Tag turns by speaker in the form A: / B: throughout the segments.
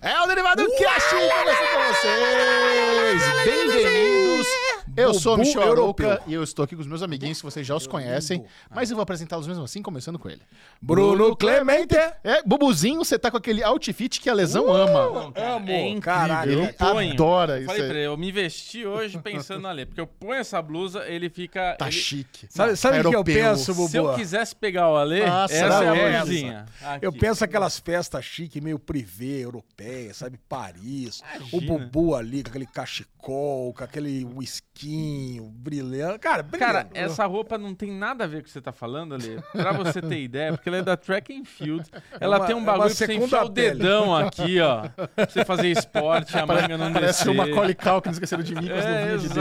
A: É o Derivado Cash começando com vocês! Bem-vindos! Eu sou o
B: Bubu
A: Michel
B: europeu.
A: Aroca e eu estou aqui com os meus amiguinhos, que vocês já os conhecem, mas eu vou apresentá-los mesmo assim, começando com ele.
B: Bruno Clemente.
A: É, Bubuzinho, você tá com aquele outfit que a lesão
B: Uh!
A: ama.
C: Cara,
B: Amo.
C: é incrível.
B: Caralho.
A: Ele
C: eu ponho.
A: adora isso
C: Falei pra
A: aí.
C: ele, eu me investi hoje pensando na Lê, porque eu ponho essa blusa, ele fica.
A: Tá
C: ele-
A: chique.
B: Sabe, sabe o que eu
A: Europeu.
B: penso, Bubu?
C: Se eu quisesse pegar o Alê,
A: Ah,
C: essa
A: será
C: é
A: hoje?
C: a blusinha. Aqui.
B: Eu penso aquelas festas chique, meio privê, europeia, sabe? Paris. O
C: Imagina.
B: Bubu ali com aquele cachecol, com aquele whiskinho, brilhante. Cara,
C: Cara,
B: brilhante.
C: essa roupa não tem nada a ver com o que você tá falando, Alê. Pra você ter ideia, porque ela é da Track and Field. Ela
B: uma-
C: tem um
B: é
C: bagulho
B: uma
C: pra você
B: segunda
C: enfiar o
B: pele.
C: dedão aqui, ó. Pra você fazer esporte, a manga não
A: Parece
C: descer.
A: uma Macaulay Culkin, esqueceram de mim com as
C: É,
A: luvinhas de dedo.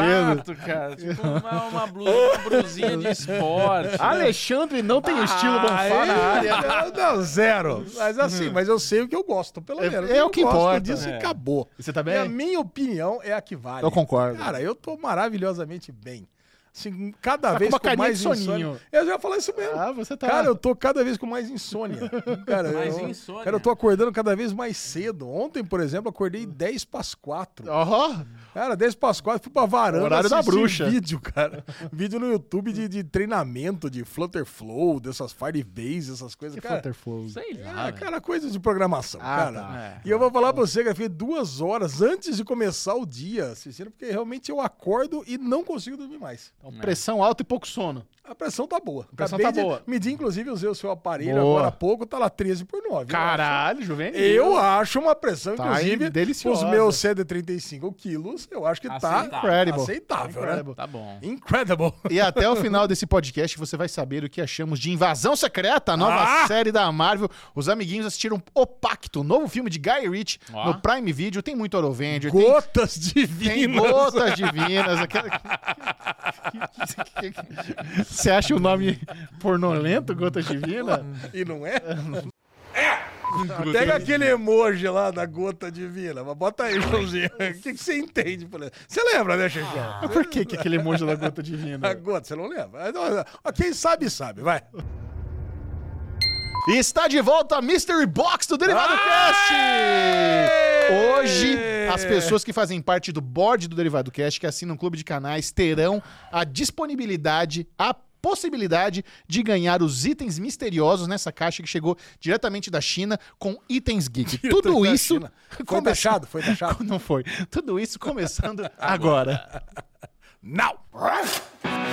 C: exato, cara. Tipo, uma, uma blusa, uma blusinha de esporte.
A: Alexandre não tem estilo bonfá né? na
B: Ah,
A: área. Hum.
B: eu- não, zero. Mas assim, mas eu sei o que eu gosto, pelo
A: É-
B: menos.
A: é o
B: Eu
A: que
B: gosto
A: importa.
B: disso e
C: É.
B: acabou.
A: Você tá
B: E a
A: bem?
B: minha opinião é a que vale.
A: Eu concordo.
B: Cara, eu tô maravilhosamente bem. Assim, cada
A: Tá com
B: vez
A: uma
B: com
A: carinha
B: mais
A: de soninho.
B: insônia. Eu já ia falar isso mesmo.
A: Ah, você tá.
B: Cara, eu tô cada vez com mais insônia. Cara,
C: Mais
B: eu,
C: insônia.
B: Cara, eu tô acordando cada vez mais cedo. Ontem, por exemplo, eu acordei 10 pras 4.
A: Ó,
B: Cara, 10 pras 4, fui pra varanda.
A: Tá. Horário da
B: assistir
A: bruxa.
B: vídeo, cara. vídeo no YouTube de, de treinamento, de Flutter Flow, dessas Fire Base, essas coisas.
A: que
B: Cara,
A: Flutterflow.
C: Sei lá.
B: ah,
C: velho.
B: cara, coisa de programação,
A: Ah,
B: cara.
A: tá.
B: E eu vou falar pra você que eu fiquei duas horas antes de começar o dia assistindo, porque realmente eu acordo e não consigo dormir mais.
A: Então, pressão alta e pouco sono.
B: A pressão tá boa. A
A: pressão tá boa.
B: Medir, inclusive, usei o seu aparelho
A: Boa.
B: agora há pouco, tá lá 13 por 9.
A: Caralho, juvenil.
B: Eu acho, eu acho uma pressão,
A: Tá
B: inclusive,
A: deliciosa.
B: os meus 135 quilos, eu acho que tá
C: Aceitável.
A: Incredible.
B: aceitável,
A: Incredible.
C: Tá bom.
B: né? Incredible.
A: E até o final desse podcast você vai saber o que achamos de Invasão Secreta, a nova
B: Ah!
A: série da Marvel. Os amiguinhos assistiram O Pacto, o novo filme de Guy Ritchie
C: Ó.
A: no Prime Video. Tem muito Orovendio, tem,
B: Gotas divinas.
A: tem gotas divinas. aquela- Você acha o nome pornolento, Gotas Divina?
B: E não é? É! Pega aquele emoji lá da gota divina, mas bota aí, Joãozinho. O que, que você entende? por exemplo? Você lembra, né, Xixão?
A: Mas Por que, que aquele emoji da Gota Divina?
B: A gota, você não lembra? Ah, não, ah, Quem sabe, sabe, vai.
A: E está de volta a Mystery Box do
B: Ah!
A: Derivado Cast! Hoje,
B: É.
A: as pessoas que fazem parte do board do Derivado Cast, que assinam o clube de canais, terão a disponibilidade, a possibilidade de ganhar os itens misteriosos nessa caixa que chegou diretamente da China com itens geek. Tudo
B: da
A: isso é
B: China. Foi taxado, foi taxado.
A: Não foi. Tudo isso começando agora.
B: Não!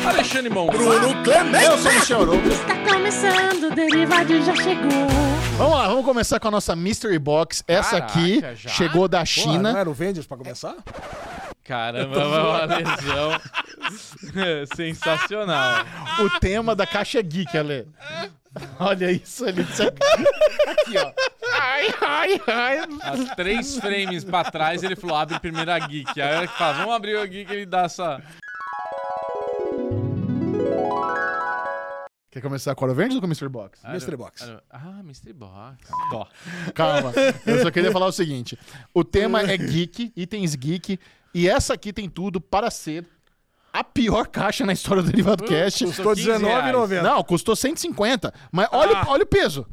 C: Alexandre Mon.
B: Bruno Clemente!
A: Eu sou o Michel Arouca.
D: Está começando, o Derivado já chegou.
A: Vamos lá, vamos começar com a nossa Mystery Box. Essa
C: Caraca,
A: aqui
C: já?
A: chegou da China.
B: Não era o Vendios pra começar?
C: Caramba, uma lesão sensacional.
A: O tema da caixa é geek, Ale. Olha isso ali. Isso aqui, aqui, ó. Ai, ai, ai.
C: Há três frames pra trás, ele falou: abre primeiro a geek. Aí a hora que fala, vamos abrir o geek, ele dá essa.
A: Quer começar com a Orange ou com o Mr. Box?
B: Mystery Box.
C: Ah, Mystery Box. Ó,
A: Calma. Eu só queria falar o seguinte: o tema é geek, itens geek, e essa aqui tem tudo para ser a pior caixa na história do Derivado Cast.
C: Custou
B: Tô
C: 15 reais.
B: R$19,90.
A: Não, custou 150. Mas olha, o- olha o peso.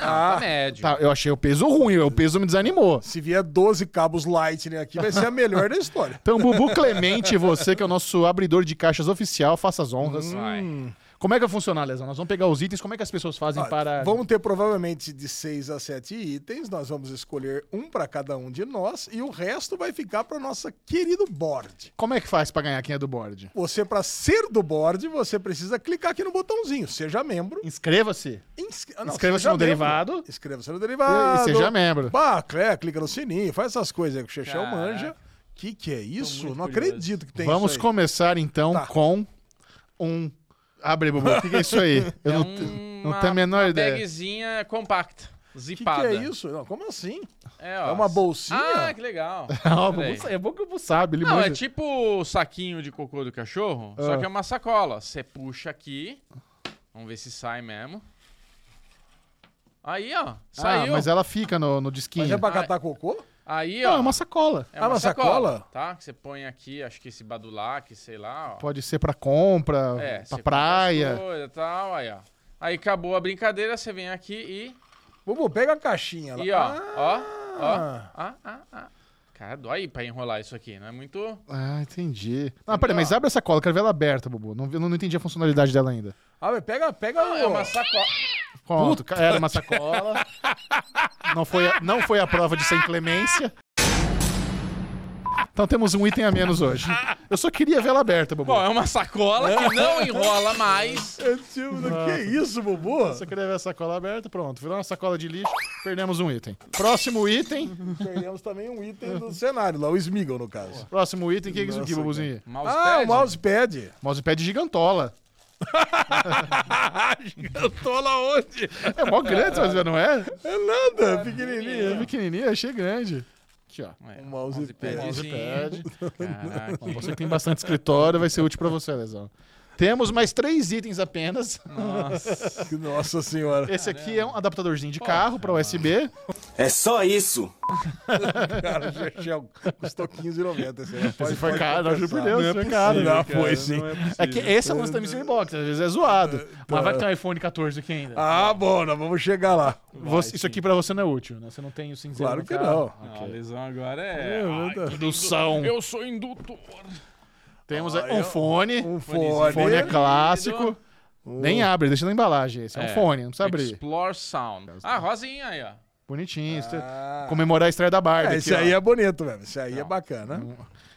C: Ah, tá médio.
A: Tá, eu achei o peso ruim, o peso me desanimou.
B: Se vier 12 cabos Lightning aqui, vai ser a melhor da história.
A: Então, Bubu Clemente, você que é o nosso abridor de caixas oficial, faça as honras.
C: Vai.
A: Como é que vai funcionar, Lesão? Nós vamos pegar os itens, como é que as pessoas fazem
B: Olha,
A: para.
B: Vamos ter provavelmente de 6 a 7 itens. Nós vamos escolher um pra cada um de nós e o resto vai ficar para nossa querido board.
A: Como é que faz pra ganhar quem é do board?
B: Você, pra ser do board, você precisa clicar aqui no botãozinho. Seja membro.
A: Inscreva-se.
B: Inscre- ah, não,
A: Inscreva-se
B: seja
A: no derivado.
B: Inscreva-se no
A: E
B: derivado.
A: seja membro.
B: Bah, clé, clica no sininho, faz essas coisas aí que o Chechel
C: Caraca.
B: manja. Que que é isso?
C: muito
B: Não
C: curioso.
B: acredito que tem
A: Vamos
B: isso. aí.
A: começar então
B: Tá.
A: com um. Abre, Bubu. O que, que é isso aí? Eu não, não tenho a menor
C: um- uma
A: ideia.
C: Bagzinha compacta,
B: Que
C: zipada.
B: que é isso? Não, como assim?
C: ó.
B: É uma bolsinha?
C: Ah, que legal.
A: Não, o
C: Peraí.
A: Bubu sa- é bom que o Bubu sabe. Ele
C: Não,
A: manja.
C: é tipo o saquinho de cocô do cachorro, só
A: Ah.
C: que é uma sacola. Você puxa aqui. Vamos ver se sai mesmo. Aí, ó.
A: Ah,
C: Saiu.
A: mas ela fica no, no disquinho.
B: Mas é pra
C: Ah,
B: catar cocô?
C: Aí, ó.
A: Não, é uma sacola.
C: é
B: Ah, uma sacola?
C: Tá? Que você põe aqui, acho que esse badulac, sei lá, ó.
A: Pode ser pra compra,
C: é,
A: pra
C: você compra
A: praia.
C: as coisas e tal, aí, ó. Aí acabou a brincadeira, você vem aqui e.
B: Bubu, pega a caixinha lá.
C: E ó,
B: Ah,
C: ó.
A: Ah,
C: Ah, ah, ah. Cara, dói pra enrolar isso aqui, não é muito.
A: ah entendi. Ah, peraí, mas abre a sacola, quero ver ela aberta, Bubu. Não, vi- não, não entendi a funcionalidade dela ainda.
B: Ah, mas pega, pega
C: Ah, é
B: o-
C: uma sacola.
A: Pronto, ca- era uma sacola. Não foi, a- não foi a prova de sem clemência. Então temos um item a menos hoje. Eu só queria ver ela aberta, Bubu.
C: Bom, é uma sacola que não enrola mais.
B: Eu digo, É, tipo, Que isso, Bubu?
A: Só queria ver a sacola aberta, pronto. Virou uma sacola de lixo, perdemos um item. Próximo item.
B: Perdemos também um item do cenário lá, o Smeagol, no caso.
A: Próximo item, o que é isso aqui,
B: Nossa,
A: Bubuzinho?
C: Mousepad?
B: Ah, o mousepad.
A: Mousepad gigantola.
B: Ah, Eu tô lá onde?
A: É mó grande, mas não é?
B: É nada, pequenininho.
A: Pequenininho, achei grande. Aqui, ó.
C: É,
B: O mousepad.
A: Mousepad.
C: Caraca.
A: Você que tem bastante escritório, vai ser útil pra você, Lesão. Temos mais três itens apenas.
C: Nossa.
B: Nossa senhora.
A: Esse aqui é um adaptadorzinho de carro pra USB.
E: É só isso.
B: Cara, Chechel, custou 15,90. Esse aí. Pode,
A: Se for
B: pode
A: caro, eu juro por
B: compensar.
A: Deus, se for caro.
B: Não foi, sim.
A: É que esse é o lance da Mystery Box, às vezes é zoado. Mas
B: tá.
A: vai ter um iPhone 14 aqui ainda.
B: Ah, bom, nós vamos chegar lá.
A: Você- isso aqui pra você não é útil, né? Você não tem o cinzeiro
B: Claro
A: no
B: que
A: carro.
B: não.
C: Não, A lesão agora é. Ai,
B: verdade.
C: que
A: Do som.
C: Eu sou indutor.
A: Temos aí um fone.
B: Um
A: O
B: fone. Um
A: fone é clássico. Nem abre, deixa na embalagem esse. É, um
C: É.
A: fone, não precisa abrir.
C: Explore Sound. Ah, rosinha aí, ó.
A: Bonitinho. isso-
B: Ah.
A: Comemorar a estreia da Barbie.
B: É,
A: aqui,
B: esse
A: ó.
B: aí é bonito, velho. Esse aí é bacana.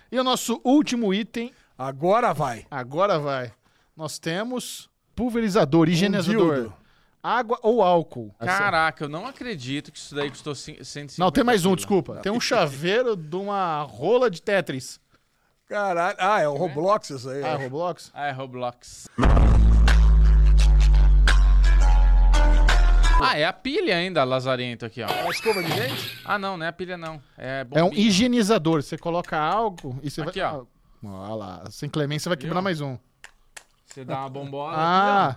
A: E o nosso último item,
B: Agora vai.
A: agora vai. Nós temos pulverizador, higienizador.
B: Um dildo. é
A: água ou álcool.
C: Caraca, eu não acredito que isso daí custou cin- 150
A: Tá Não, tem mais um,
C: pila.
A: desculpa. Tem um chaveiro de uma rola de Tetris.
B: Caralho. Ah, é o Roblox isso aí.
A: Ah,
B: eu acho.
A: Roblox?
C: Ah, é Roblox. Ah, é a pilha ainda, Lazarento, aqui, ó.
B: É uma escova de dente?
C: Ah, não, não é a pilha, não. É,
A: É um
C: bombinha.
A: higienizador. Você coloca álcool e você
C: Aqui,
A: vai. Ah,
C: ó.
A: Olha lá. Sem clemência, você vai quebrar mais um.
C: Você dá uma bombola. aqui,
A: Ah,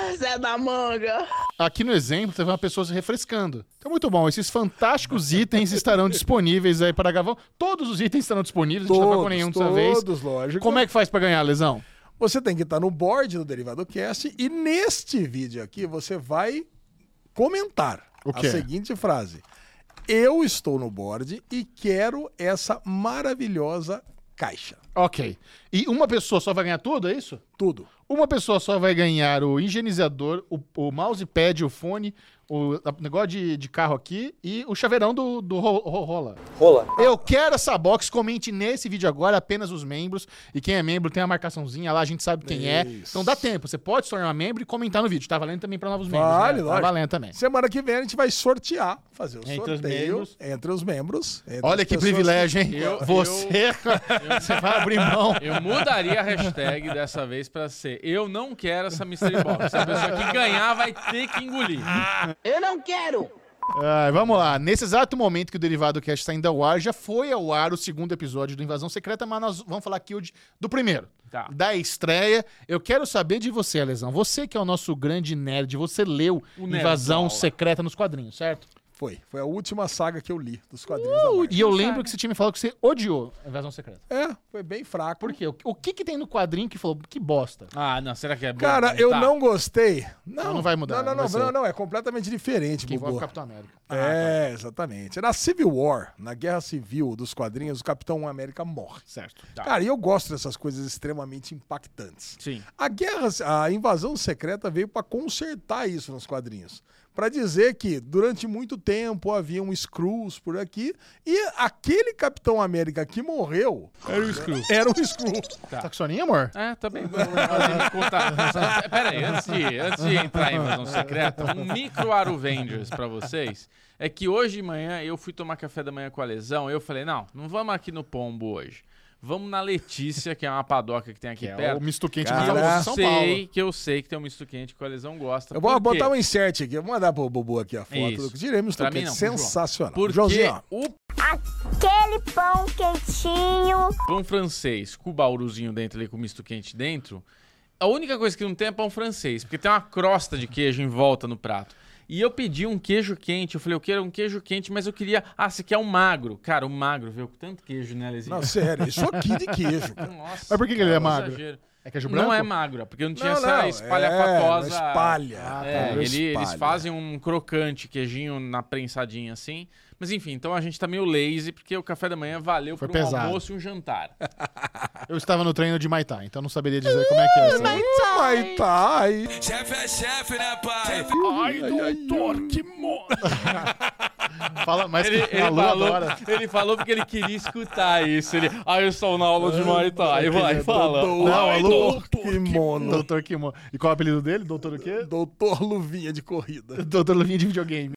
F: Ah, Zé da Manga.
A: aqui no exemplo teve uma pessoa se refrescando. Então, muito bom. Esses fantásticos itens estarão disponíveis aí para Gavão. Todos os itens estarão disponíveis, a gente não vai com nenhum dessa vez.
B: todos, lógico.
A: Como é que faz para ganhar, Lesão?
B: Você tem que estar no board do Derivado Cast e neste vídeo aqui você vai comentar
A: O
B: a
A: quê?
B: seguinte frase. Eu estou no board e quero essa maravilhosa caixa.
A: Ok. E uma pessoa só vai ganhar tudo, é isso?
B: Tudo.
A: Uma pessoa só vai ganhar o higienizador, o, o mousepad, o fone, o a- negócio de, de carro aqui e o chaveirão do, do ro- ro- rola.
E: Rola.
A: Eu quero essa box, comente nesse vídeo agora, apenas os membros. E quem é membro tem a marcaçãozinha lá, a gente sabe quem é.
B: Isso.
A: Então dá tempo, você pode se tornar membro e comentar no vídeo. Tá valendo também pra novos membros.
B: Vale,
A: né? Tá
B: lógico.
A: valendo também.
B: É. Semana que vem a gente vai sortear, fazer o
A: Entre os
B: sorteio
A: membros.
B: entre os membros. entre
A: Olha
B: as
A: que
B: pessoas
A: privilégio, hein?
C: Eu-
A: você, você vai abrir mão.
C: ó. Eu mudaria a hashtag dessa vez pra ser Eu não quero essa Mystery Box. A pessoa que ganhar vai ter que engolir.
F: Eu não quero.
A: Ai, vamos lá. Nesse exato momento que o Derivado Cast está indo ao ar, já foi ao ar o segundo episódio do Invasão Secreta, mas nós vamos falar aqui hoje do primeiro.
C: Tá.
A: Da estreia. Eu quero saber de você, Alesão. Você que é o nosso grande nerd, você leu
C: O nerd
A: Invasão
C: da aula.
A: Secreta nos quadrinhos, certo?
B: Foi. Foi a última saga que eu li dos quadrinhos da Marvel.
A: E eu lembro que você tinha me falado que você odiou a Invasão Secreta.
B: É, foi bem fraco.
A: Por quê? O- O que, que tem no quadrinho que falou que bosta?
C: Ah, não, será que é bom?
B: Cara, eu
C: Tá.
B: não gostei. Não,
A: Então não vai mudar,
B: Não, não,
A: não
B: não,
A: vai
B: não,
A: ser.
B: não, é completamente diferente,
A: Que Ah, tá. envolve o
B: Bubu.
A: Capitão América.
B: É, exatamente. Na Civil War, na Guerra Civil dos quadrinhos, o Capitão América morre.
A: Certo.
B: Cara, e eu gosto dessas coisas extremamente impactantes.
C: Tá. Sim.
B: A guerra, a invasão secreta veio para consertar isso nos quadrinhos. Para dizer que durante muito tempo haviam Skrulls por aqui e aquele Capitão América que morreu
C: Era o Screw.
B: era um Skrull.
A: Tá com soninho, amor?
C: É, tá bem. Fazer me contar. Pera aí, antes de, antes de entrar em invasão secreta, um micro Aruvengers pra vocês. É que hoje de manhã eu fui tomar café da manhã com a lesão. Eu falei: não, não vamos aqui no Pombo hoje. Vamos na Letícia, que é uma padoca que tem aqui
A: Que é o
C: perto.
A: misto quente mais
B: Cara,
A: famoso
B: eu
A: de
C: eu
A: São
C: sei
A: Paulo.
C: que eu sei que tem um misto quente que o Alesão gosta.
B: Eu vou
C: Por quê?
B: botar um insert aqui, eu vou mandar pro Bubu aqui a foto.
C: Isso.
B: do Tirei meu
C: Pra mim
B: estoquete,
C: não, pro João.
B: sensacional.
C: Porque
B: Joãozinho, ó,
C: o
G: aquele pão quentinho.
C: pão um francês com o bauruzinho dentro ali, com o misto quente dentro, a única coisa que não tem é pão francês, porque tem uma crosta de queijo em volta no prato. E eu pedi um queijo quente, eu falei, eu quero um queijo quente, mas eu queria. Ah, você quer um magro? Cara, o magro, viu? Com tanto queijo, né, Lezinho?
B: Não, sério, isso aqui de queijo. cara.
C: Nossa,
A: Mas por que que ele
C: cara, um
A: é magro?
C: exagero.
A: É queijo branco?
C: Não é magro, é porque não tinha
B: Não,
C: essa
B: não,
C: espalhafatosa.
B: é, espalha.
C: É,
B: Não
C: ele-
B: espalha.
C: eles fazem um crocante, queijinho na prensadinha assim, Mas enfim, então a gente tá meio lazy, porque o café da manhã valeu
A: Foi
C: por um
A: pesado.
C: almoço e um jantar.
A: Eu estava no treino de Muay Thai, então não saberia dizer como é que é. essa.
B: Vai, tá aí.
E: Chefe é chefe, né, pai?
B: Ai, doutor, que
A: Fala, mas
C: Ele,
A: a
C: ele
A: Lu
C: falou,
A: adora.
C: ele falou porque ele queria escutar isso. Ele, ah, eu estou na aula de Muay Thai,
B: é
C: vai, fala.
A: Não, a Lu.
B: Kimono.
A: Doutor Kimono. E qual é o apelido dele? Doutor o quê?
B: Doutor Luvinha de corrida.
A: Doutor Luvinha de videogame.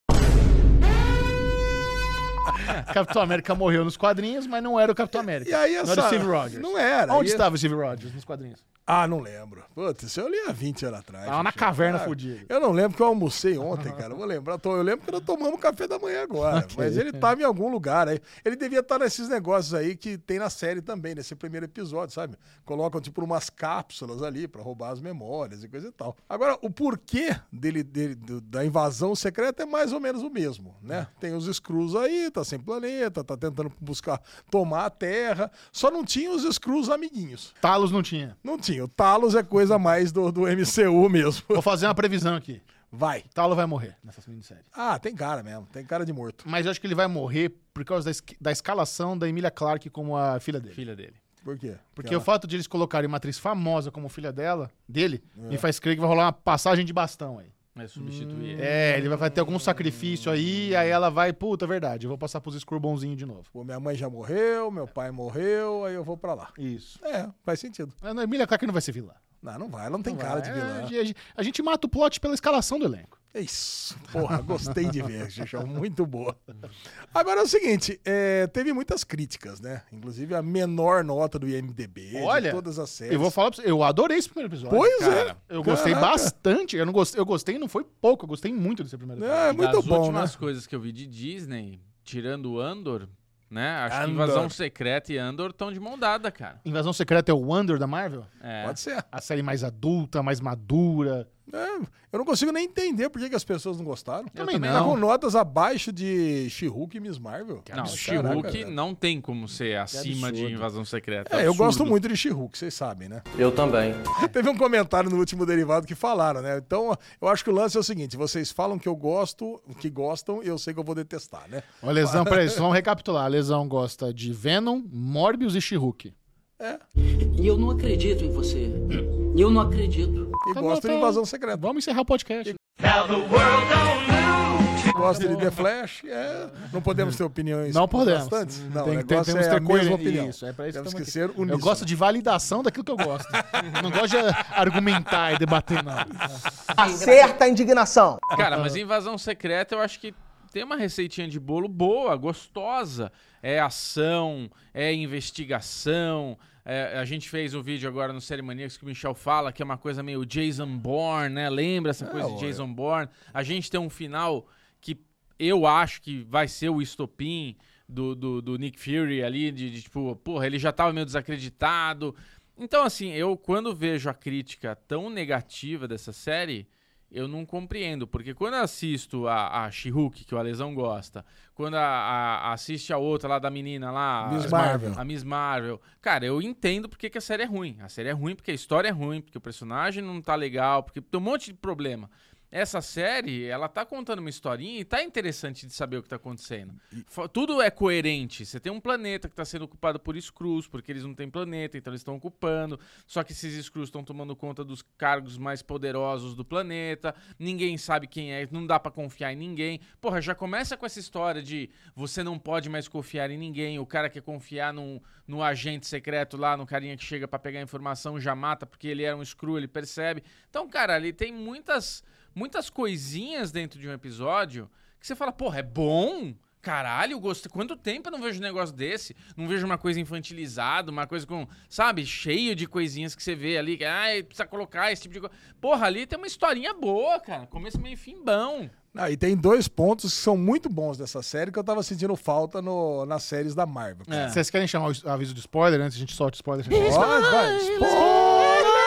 A: Capitão América morreu nos quadrinhos, mas não era o Capitão América.
B: E aí
A: não
B: essa...
A: era o Steve Rogers.
B: Não era.
A: Onde
B: E-
A: estava o Steve Rogers nos quadrinhos?
B: Ah, não lembro. Putz, isso eu li há 20 anos atrás.
A: Tava na
B: gente.
A: caverna
B: Ah,
A: fudida.
B: Eu não lembro que eu almocei ontem, cara. Eu Vou lembrar. Tô- Eu lembro que nós tomamos café da manhã agora. Mas ele tava em algum lugar aí. Ele devia estar nesses negócios aí que tem na série também, nesse primeiro episódio, sabe? Colocam, tipo, umas cápsulas ali pra roubar as memórias e coisa e tal. Agora, o porquê dele, dele- do- da invasão secreta é mais ou menos o mesmo, né?
A: É.
B: Tem os Skrulls aí, tá sem planeta, tá tentando buscar tomar a Terra. Só não tinha os Skrulls amiguinhos.
A: Talos não tinha.
B: Não tinha. O Talos é coisa mais do, do MCU mesmo.
A: Vou fazer uma previsão aqui.
B: Vai.
A: Talos vai morrer nessa minissérie.
B: Ah, tem cara mesmo. Tem cara de morto.
A: Mas eu acho que ele vai morrer por causa da, esque- da escalação da Emilia Clarke como a filha dele.
C: Filha dele.
B: Por quê?
A: Porque o fato de eles colocarem uma atriz famosa como filha dela, dele,
B: É.
A: me faz crer que vai rolar uma passagem de bastão aí.
C: É substituir
B: Hum,
C: ele.
A: É, ele vai- vai ter algum sacrifício aí, aí ela vai, puta, é verdade, eu vou passar pros escurbonzinhos de novo.
B: Pô, minha mãe já morreu, meu pai morreu, aí eu vou pra lá.
A: Isso.
B: É, faz sentido.
A: A Emilia Clarke não vai ser vilã.
B: Não, não vai. Ela não tem
A: Não vai.
B: cara de
A: É,
B: vilã.
A: a gente- a gente mata o plot pela escalação do elenco.
B: É isso. Porra, gostei de ver, Xuxa. Muito boa. Agora é o seguinte, é, teve muitas críticas, né? Inclusive a menor nota do IMDB,
A: Olha,
B: de todas as séries.
A: Eu vou falar pra você, eu adorei esse primeiro episódio.
B: Pois é.
A: cara. Eu gostei
B: Caraca.
A: bastante. Eu, não gostei, eu gostei, não foi pouco, eu gostei muito desse primeiro episódio.
B: É, é muito
C: das
B: bom, né?
C: últimas coisas que eu vi de Disney, tirando o Andor, né? Acho que
B: Andor.
C: Invasão Secreta e Andor estão de mão dada, cara.
A: Invasão Secreta é o Wonder da Marvel?
C: É.
B: Pode ser.
A: A série mais adulta, mais madura.
B: É, eu não consigo nem entender por que, que as pessoas não gostaram.
A: Também
C: também
B: Tá
A: não.
B: com notas abaixo de She-Hulk e Miss Marvel.
C: Não,
B: Caraca,
C: She-Hulk
B: velho.
C: não tem como ser acima de Invasão Secreta.
B: É, eu
C: Absurdo.
B: gosto muito de She-Hulk, vocês sabem, né?
H: Eu também.
B: Teve um comentário no último derivado que falaram, né? Então, eu acho que o lance é o seguinte: vocês falam que eu gosto, que gostam, eu sei que eu vou detestar, né?
A: Ó, Lesão, peraí, só vamos recapitular. A Lesão gosta de Venom, Morbius e She-Hulk.
I: E eu não acredito em você. E eu não acredito.
B: E
A: Tá bom,
B: gosta de
A: tá.
B: invasão secreta.
A: Vamos encerrar o podcast. né?
B: Gosta de The Flash, é. Não podemos ter opiniões.
A: Não podemos.
B: contrastantes. Não,
A: Tem
B: tem
A: que
B: que
A: ter-
B: ter,
A: temos que ter
B: é a mesma
A: coerência.
B: opinião.
A: Isso, é pra isso que
B: temos
A: estamos
B: que ser uníssono.
A: Eu gosto de validação daquilo que eu gosto. Eu não gosto de argumentar e debater, não.
J: Acerta a indignação.
C: Cara, mas Invasão Secreta eu acho que tem uma receitinha de bolo boa, gostosa. É ação, é investigação. é- a gente fez um vídeo agora no Série Maníacos que o Michel fala que é uma coisa meio Jason Bourne, né? Lembra essa coisa de Jason Bourne? A gente tem um final que eu acho que vai ser o estopim do, do, do Nick Fury ali, de, de, tipo, porra, ele já tava meio desacreditado. Então, assim, eu quando vejo a crítica tão negativa dessa série, eu não compreendo, porque quando eu assisto a, a She-Hulk, que o Alesão gosta, quando a, a- assiste a outra lá da menina lá,
B: Miss
C: a-
B: Marvel.
C: a Miss Marvel, cara, eu entendo porque que a série é ruim. A série é ruim porque a história é ruim, porque o personagem não tá legal, porque tem um monte de problema. Essa série, ela tá contando uma historinha e tá interessante de saber o que tá acontecendo. Fa- Tudo é coerente. Você tem um planeta que tá sendo ocupado por Skrulls, porque eles não têm planeta, então eles estão ocupando. Só que esses Skrulls estão tomando conta dos cargos mais poderosos do planeta. Ninguém sabe quem é, não dá pra confiar em ninguém. Porra, já começa com essa história de você não pode mais confiar em ninguém. O cara quer confiar num, no agente secreto lá, no carinha que chega pra pegar informação, já mata porque ele era um Skrull, ele percebe. Então, cara, ali tem muitas muitas coisinhas dentro de um episódio que você fala, porra, é bom? Caralho, gostei. Quanto tempo eu não vejo um negócio desse? Não vejo uma coisa infantilizada, uma coisa com, sabe, cheio de coisinhas que você vê ali. que, Ah, precisa colocar esse tipo de coisa. Porra, ali tem uma historinha boa, cara. Começo, meio e fim bom.
B: Ah, e tem dois pontos que são muito bons dessa série que eu tava sentindo falta no- nas séries da Marvel. cara.
C: É.
A: Vocês querem chamar o aviso do spoiler antes? A gente solta o spoiler.
B: Pode, vai. Spoilers!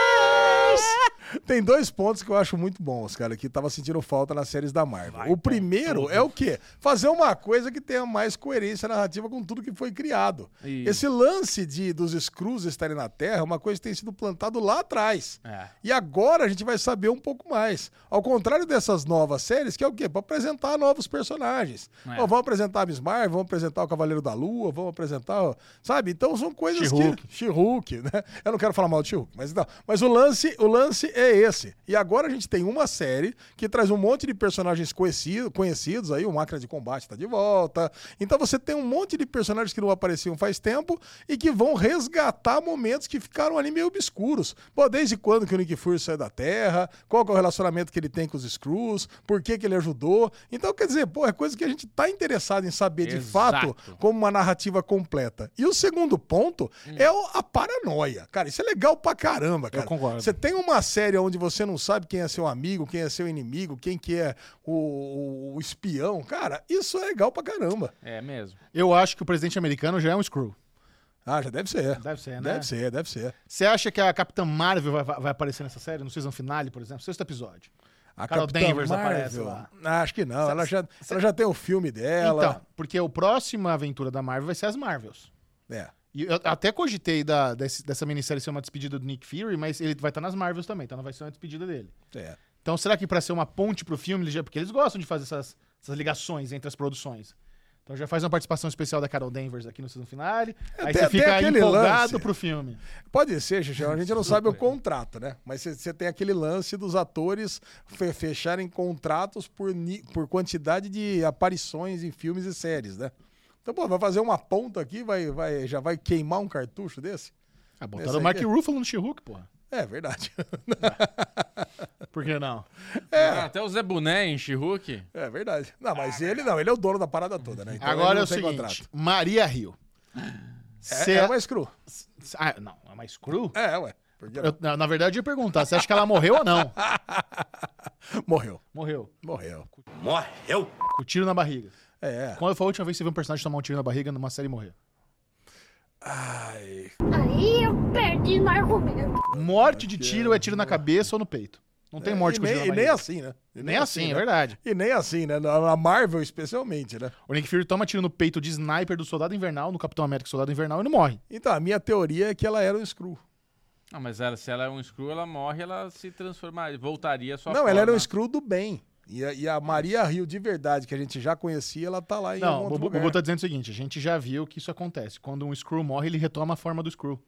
B: Tem dois pontos que eu acho muito bons, cara, que tava sentindo falta nas séries da Marvel. o primeiro é o quê? Fazer uma coisa que tenha mais coerência narrativa com tudo que foi criado.
C: Isso.
B: Esse lance de, dos Skrulls estarem na Terra é uma coisa que tem sido plantado lá atrás.
C: É.
B: E agora a gente vai saber um pouco mais. Ao contrário dessas novas séries, que é o quê? Pra apresentar novos personagens.
C: É.
B: Ó, vamos apresentar a Miss Marvel, vamos apresentar o Cavaleiro da Lua, vamos apresentar... o- Sabe? Então são coisas
A: She-Hulk.
B: que... She-Hulk, né? Eu não quero falar mal de She-Hulk, mas então... Mas o lance, o lance é esse. E agora a gente tem uma série que traz um monte de personagens conhecido, conhecidos aí, o Máquina de Combate tá de volta. Então você tem um monte de personagens que não apareciam faz tempo e que vão resgatar momentos que ficaram ali meio obscuros. Pô, desde quando que o Nick Fury saiu da Terra? Qual que é o relacionamento que ele tem com os Skrulls? Por que que ele ajudou? Então, quer dizer, pô, é coisa que a gente tá interessado em saber de
C: Exato.
B: fato como uma narrativa completa. E o segundo ponto
A: Hum.
B: é o- a paranoia. Cara, isso é legal pra caramba, cara.
A: concordo.
B: Você tem uma série onde você não sabe quem é seu amigo, quem é seu inimigo, quem que é o, o- o espião. Cara, isso é legal pra caramba.
C: É mesmo.
A: Eu acho que o presidente americano já é um screw.
B: Ah, já deve ser.
A: Deve ser, né?
B: Deve ser, deve ser.
A: Você acha que a Capitã Marvel vai, vai- vai aparecer nessa série? No season finale, por exemplo? Sexto episódio.
B: A
A: Carol
B: Capitã
A: Danvers aparece lá.
B: Ah, Acho que não. ela, já,
A: cê-
B: ela já tem o filme dela.
A: Então, porque a próxima aventura da Marvel vai ser as Marvels.
B: É.
A: E eu até cogitei da- desse- dessa minissérie ser uma despedida do Nick Fury, mas ele vai estar nas Marvels também, então não vai ser uma despedida dele.
B: é.
A: Então, será que pra ser uma ponte pro filme, ele já, porque eles gostam de fazer essas, essas ligações entre as produções. Então já faz uma participação especial da Carol Danvers aqui no season finale. aí
B: É, tem-
A: você
B: tem
A: fica
B: aquele
A: empolgado
B: lance.
A: pro filme.
B: Pode ser, Xixi. A gente não sabe o contrato, né? Mas você tem aquele lance dos atores fe- fecharem contratos por, ni- por quantidade de aparições em filmes e séries, né? Então, pô, vai fazer uma ponta aqui, vai, vai, já vai queimar um cartucho desse?
A: Ah,
B: Esse é-
A: botaram o
B: aí
A: Mark
B: que-
A: Ruffalo no She-Hulk, porra.
B: É verdade.
A: Por que
B: Então,
A: não?
C: Ah, até o Zé Boné em She-Hulk.
B: É verdade. Não, mas ele não, ele é o dono da parada toda, né? Então ele
A: Agora
B: não
A: é o
B: tem
A: seguinte,
B: contrato.
A: Maria Rio.
B: É, é uma screw.
A: Ah, não, é uma screw?
B: É, ué. Por que não?
A: Eu- na, na verdade, eu ia perguntar, você acha que ela morreu ou não?
B: Morreu.
A: Morreu.
B: Morreu.
E: Morreu.
A: Com tiro na barriga.
B: É.
A: Quando foi a última vez que você viu um personagem tomar um tiro na barriga numa série e morrer?
B: Ai,
G: Aí eu perdi no argumento.
A: Morte de tiro é tiro na cabeça ou no peito. Não tem morte
B: É, e
A: com
B: nem,
A: tiro na
B: e nem
A: barriga.
B: assim, né? E
A: Nem assim, é
B: né?
A: verdade.
B: E nem assim, né? Na Marvel, especialmente, né?
A: O Nick Fury toma tiro no peito de sniper do Soldado Invernal, no Capitão América Soldado Invernal, e não morre.
B: Então, a minha teoria é que ela era um Skrull.
C: Não, mas ela, se ela é um Screw, ela morre, ela se transformaria, voltaria à sua
B: não, ela era um
A: né?
C: forma.
B: Skrull do bem. E a, e a Maria Rio de verdade, que a gente já conhecia, ela tá lá em
A: não,
B: algum
A: o
B: outro
A: Bubu,
B: lugar.
A: Bubu tá dizendo o seguinte, a gente já viu que isso acontece. Quando um Screw morre, ele retoma a forma do Screw.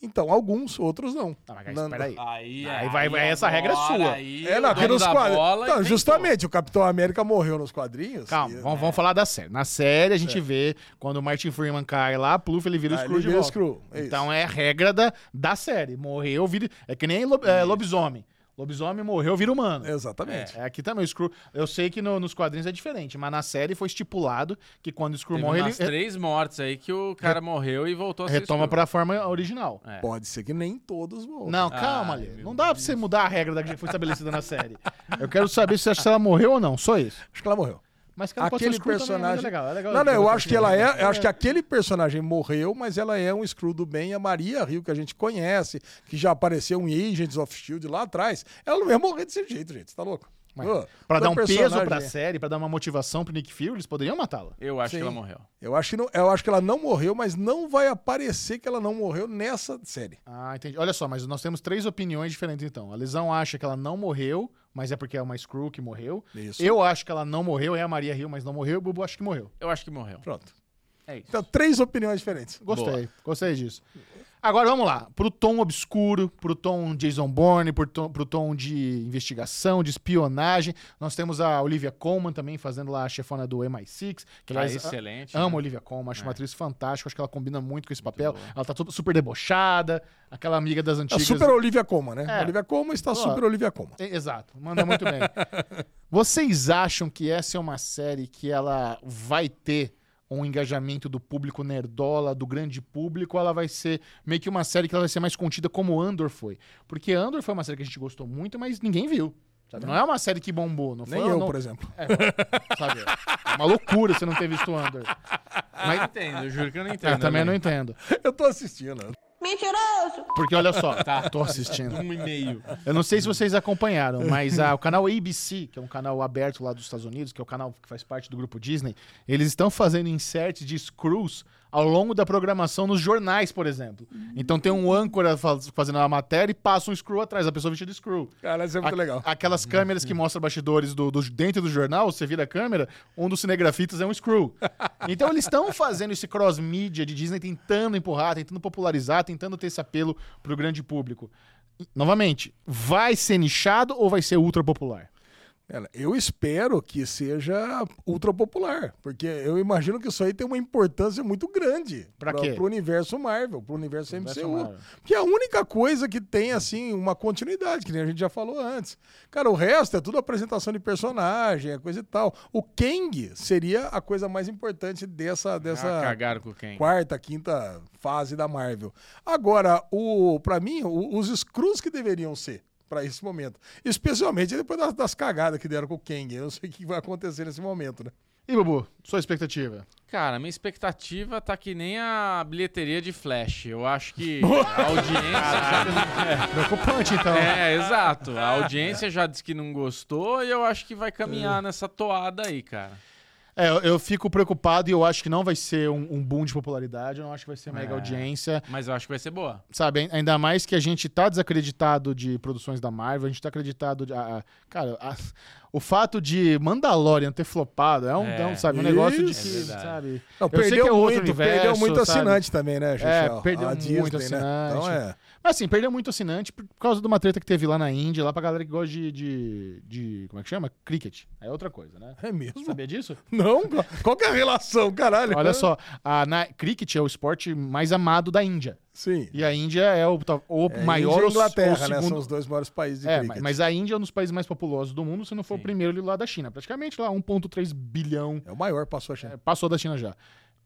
B: Então, alguns, outros não.
A: Tá, mas
B: Não-
A: peraí.
C: Aí,
A: Aí vai- vai- essa regra é
C: agora,
A: sua.
C: Aí,
B: É,
C: o
B: não,
C: dono
B: porque nos
C: da
B: quadrinhos.
C: bola
B: Então,
C: inventou.
B: justamente, o Capitão América morreu nos quadrinhos.
A: Calma,
B: E-
A: vamos, vamos falar da série. Na série, a gente vê quando o Martin Freeman cai lá, pluf, ele vira o
B: É. Ah,
A: Screw
B: ele
A: de
B: vira o
A: volta.
B: Skrull, é isso.
A: então é regra da, da série. Morreu, vira... É que nem lo- é, lobisomem. Lobisomem morreu, vira humano.
B: Exatamente.
A: É, aqui também o Screw. Eu sei que no- nos quadrinhos é diferente, mas na série foi estipulado que quando o Screw
C: Teve
A: morre, ele
C: umas três mortes aí que o cara morreu e voltou a
A: re-
C: ser
A: retoma
C: Skrull.
A: pra forma original.
C: É.
B: Pode ser que nem todos vão.
A: Não, calma, Lê. Não dá pra você mudar a regra da que já foi estabelecida na série. Eu quero saber se você acha que ela morreu ou não, só isso.
B: Acho que ela morreu.
A: Mas que ela pode ser
B: Aquele
A: Skrull também, mas
B: personagem.
A: é legal, é legal
B: não, não, eu
A: você
B: acho que ela
A: continua.
B: é. Eu acho que aquele personagem morreu, mas ela é um Screw do bem. E a Maria Rio, que a gente conhece, que já apareceu em Agents of Shield lá atrás, ela não ia morrer desse jeito, gente. Você tá louco? Ô,
A: Pra dar um
B: todo
A: peso pra
B: personagem-
A: série, pra dar uma motivação pro Nick Fury, eles poderiam matá-la.
C: Eu acho
B: Sim.
C: que ela morreu.
B: Eu acho, que não, eu acho que ela não morreu, mas não vai aparecer que ela não morreu nessa série.
A: Ah, entendi. Olha só, mas nós temos três opiniões diferentes então. A Lisão acha que ela não morreu, mas é porque é uma Screw que morreu.
B: Isso.
A: Eu acho que ela não morreu, é a Maria Hill, mas não morreu. O Bubu acho que morreu.
C: Eu acho que morreu.
B: Pronto.
C: É isso.
B: Então, três opiniões diferentes.
A: Gostei, gostei disso. Agora vamos lá, pro tom obscuro, pro tom Jason Bourne, pro tom, pro tom de investigação, de espionagem. Nós temos a Olivia Colman também fazendo lá a chefona do MI6, que
C: Ah,
A: aliás, a-
C: excelente.
A: Amo
C: né?
A: a Olivia Colman, acho uma atriz fantástica, acho que ela combina muito com esse papel. Ela tá tudo super debochada, aquela amiga das
B: A
A: antigas.
B: é super Olivia Coma, né?
A: É.
B: Olivia Coma está
A: Pô.
B: super Olivia Coma.
A: E- É, Exato, manda muito bem. Vocês acham que essa é uma série que ela vai ter um engajamento do público nerdola, do grande público, ou ela vai ser meio que uma série que ela vai ser mais contida como Andor foi? Porque Andor foi uma série que a gente gostou muito, mas ninguém viu. sabe? Não é uma série que bombou, não foi?
B: Uhum. Nem eu,
A: não,
B: por exemplo.
A: sabe? É uma loucura você não ter visto Andor.
C: Eu não Ah, entendo, eu juro que eu não entendo.
A: Eu também não
C: né?
A: entendo.
B: Eu tô assistindo.
G: Me
F: Mentiroso!
A: Porque olha só,
B: Tá.
A: tô assistindo.
C: Um e meio.
A: Eu não sei se vocês acompanharam, mas ah, o canal ABC, que é um canal aberto lá dos Estados Unidos, que é o canal que faz parte do grupo Disney, eles estão fazendo inserts de screws ao longo da programação nos jornais, por exemplo. Então tem um âncora fa- fazendo a matéria e passa um screw atrás, a pessoa vestida de screw.
B: Cara, isso é muito
A: A-
B: legal.
A: Aquelas câmeras que mostram bastidores do, do- dentro do jornal, você vira a câmera, um dos cinegrafistas é um screw. Então eles estão fazendo esse cross-mídia de Disney, tentando empurrar, tentando popularizar, tentando ter esse apelo pro grande público. E, Novamente, vai ser nichado ou vai ser ultra popular?
B: Cara, eu espero que seja ultra popular, porque eu imagino que isso aí tem uma importância muito grande
A: Pra
B: pra-
A: quê?
B: pro universo Marvel, pro universo
A: universo
B: MCU.
A: Marvel.
B: Que é a única coisa que tem, assim, uma continuidade, que nem a gente já falou antes. Cara, o resto é tudo apresentação de personagem, é coisa e tal. O Kang seria a coisa mais importante dessa.
C: Ah,
B: dessa
C: cagaram com quem?
B: quarta, quinta fase da Marvel. Agora, o para mim, o- os screws que deveriam ser para esse momento. Especialmente depois das, das cagadas que deram com o Kang. Eu não sei o que vai acontecer nesse momento, né?
A: E, Bubu, sua expectativa?
C: Cara, minha expectativa tá que nem a bilheteria de Flash. Eu acho que a audiência.
A: Preocupante, então.
C: É, exato. A audiência já disse que não gostou e eu acho que vai caminhar nessa toada aí, cara.
A: É, eu, eu fico preocupado e eu acho que não vai ser um, um boom de popularidade, eu não acho que vai ser mega audiência.
C: Mas eu acho que vai ser boa.
A: sabe? ai- Ainda mais que a gente tá desacreditado de produções da Marvel, a gente tá acreditado de. a- a- cara, a- o fato de Mandalorian ter flopado é um,
C: É.
A: é um, sabe, um negócio de.
B: Isso.
A: que,
C: É verdade.
A: sabe?
B: Não,
A: Eu sei que é outro universo,
B: perdeu muito
A: sabe?
B: assinante também, né, Xuxa?
A: É,
B: A
A: perdeu muito assinante.
B: Então é.
A: Mas assim, perdeu muito assinante por causa de uma treta que teve lá na Índia, lá pra galera que gosta de. de, de- como é que chama? Cricket. É outra coisa, né?
B: É mesmo?
A: Sabia disso?
B: Não? qual- Qual que é a relação, caralho?
A: Olha só, a, na, cricket é o esporte mais amado da Índia.
B: Sim.
A: E a Índia é o, tal- o
B: É,
A: maior
B: Índia
A: ou
B: e Inglaterra,
A: ou
B: né?
A: segundo
B: São os dois maiores países de
A: É,
B: cricket.
A: mas, mas a Índia é um dos países mais populosos do mundo, se não for
C: Sim.
A: o primeiro lá da China. Praticamente lá 1,3 bilhão.
B: É o maior, passou a China.
A: é, Passou da China já.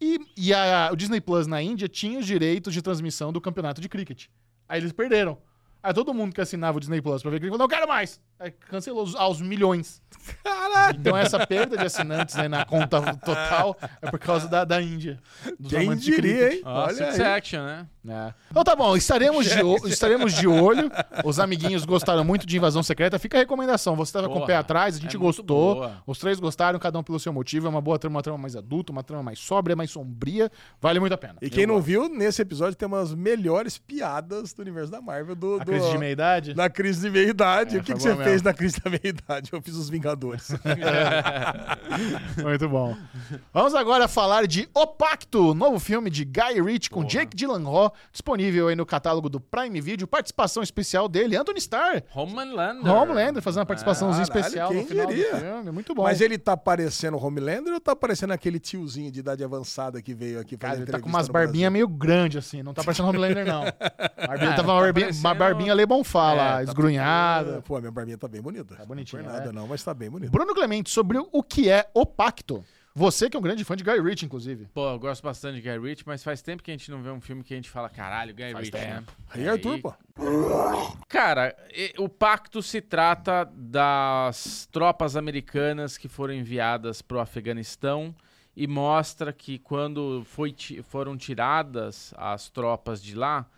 A: E, e a- o Disney Plus na Índia tinha os direitos de transmissão do campeonato de cricket. Aí eles perderam. Aí todo mundo que assinava o Disney Plus pra ver cricket falou, não quero mais. Aí cancelou os- aos milhões. Caraca! Então essa perda de assinantes aí na conta total é por causa da, da Índia. dos
B: Quem
A: amantes de
B: diria,
A: cricket.
B: hein?
C: Ó,
B: Olha
C: Six
B: aí.
C: Action, né?
A: É. Então tá bom, estaremos de, o- estaremos de olho. Os amiguinhos gostaram muito de Invasão Secreta. Fica a recomendação. Você tava com o pé
C: Porra,
A: atrás, a
C: é
A: gente
C: muito
A: gostou.
C: boa.
A: Os três gostaram, cada um pelo seu motivo. É uma boa trama, uma trama mais adulta, uma trama mais sóbria, mais sombria. Vale muito a pena.
B: E quem não viu, nesse episódio tem umas melhores piadas do universo da Marvel. Do,
A: A
B: do-
A: crise de meia-idade?
B: Na crise de meia-idade.
A: É,
B: o
A: foi
B: que, que
A: bom
B: você
A: mesmo.
B: fez na crise da meia-idade? Eu fiz os Vingadores.
A: Muito bom. Vamos agora falar de O Pacto, novo filme de Guy Ritchie com
C: Porra.
A: Jake Gyllenhaal, disponível aí no catálogo do Prime Video. Participação especial dele, Anthony Starr.
C: Homelander.
A: Homelander fazendo uma participaçãozinha
B: Caralho,
A: especial
B: quem
A: no final
B: diria?
A: do filme. Muito bom.
B: Mas ele tá parecendo o Homelander ou tá parecendo aquele tiozinho de idade avançada que veio aqui fazer
A: Cara, ele tá com
B: entrevista
A: umas
B: no
A: barbinhas meio grandes, assim. Não tá parecendo Homelander, não. Barbinha, tava
C: É, tá
A: uma barbinha, uma
C: parecendo-
A: barbinha Le Bonfá lá,
C: tá
B: Brasil?
A: esgrunhada.
B: Pô, minha barbinha tá bem bonita. Tá
A: bonitinha,
B: Não foi nada
A: né?
B: não, mas tá bem bonita.
A: Bruno Clemente, sobre o que é o pacto. Você que é um grande fã de Guy Ritchie, inclusive.
C: Pô, eu gosto bastante de Guy Ritchie, mas faz tempo que a gente não vê um filme que a gente fala, caralho, Guy Ritchie, né?
A: é
B: Aí, Arthur, pô.
C: Cara, e- o pacto se trata das tropas americanas que foram enviadas pro Afeganistão e mostra que quando foi ti- foram tiradas as tropas de lá,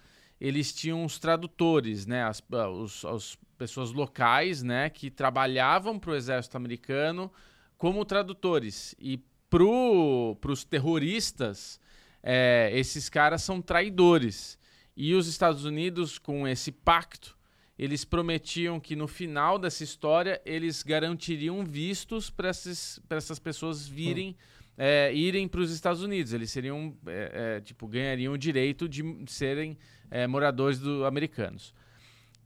C: eles tinham os tradutores, né? As, ah, os- as pessoas locais, né? Que trabalhavam pro exército americano como tradutores. E pro, pros terroristas, é, esses caras são traidores. E os Estados Unidos, com esse pacto, eles prometiam que no final dessa história eles garantiriam vistos para essas pessoas virem, é, irem para os Estados Unidos. Eles seriam, é, é, tipo, ganhariam o direito de serem é, moradores do, americanos.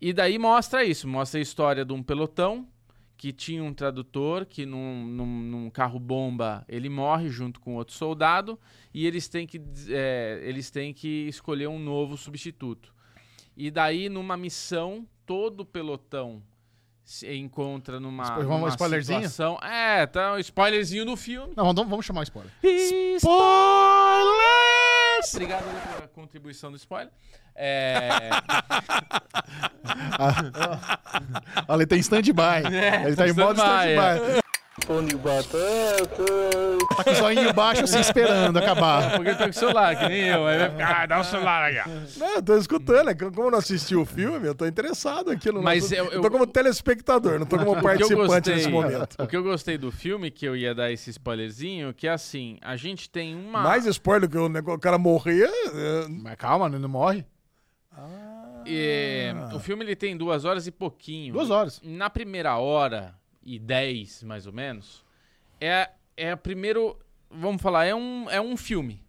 C: E daí mostra isso, mostra a história de um pelotão que tinha um tradutor que num, num- num carro bomba ele morre junto com outro soldado e eles têm que des- é, eles têm que escolher um novo substituto e daí numa missão todo o pelotão se encontra numa,
A: Spo- vamos
C: numa
A: spoilerzinho?
C: situação é tá um spoilerzinho do filme
A: Não, vamos, vamos chamar o spoiler.
C: spoilers obrigado ali pela contribuição do spoiler é...
A: Olha, ele tá em stand-by.
C: É,
A: ele tá em modo
C: stand-by,
A: stand-by.
H: pão de batata.
A: Tá com o zoinho baixo, assim, esperando acabar.
C: Porque eu tô tá com o celular, que nem eu. Aí vai ficar, ah, dá o celular aí. ó.
B: Não, eu tô escutando, é que como eu não assisti o filme, eu tô interessado aqui no
C: Mas
B: eu,
C: eu-
B: tô-
C: eu-
B: eu tô como telespectador, não tô como
C: O que eu
B: participante
C: gostei-
B: nesse momento.
C: O que eu gostei do filme, que eu ia dar esse spoilerzinho, que é assim, a gente tem uma...
B: Mais spoiler que o, nego- o cara morrer. é,
A: Mas calma, não não morre.
C: É, o filme ele tem duas horas e pouquinho.
A: Duas horas.
C: Então, Na primeira hora e dez, mais ou menos, é, é a primeiro. Vamos falar, é um, é um filme.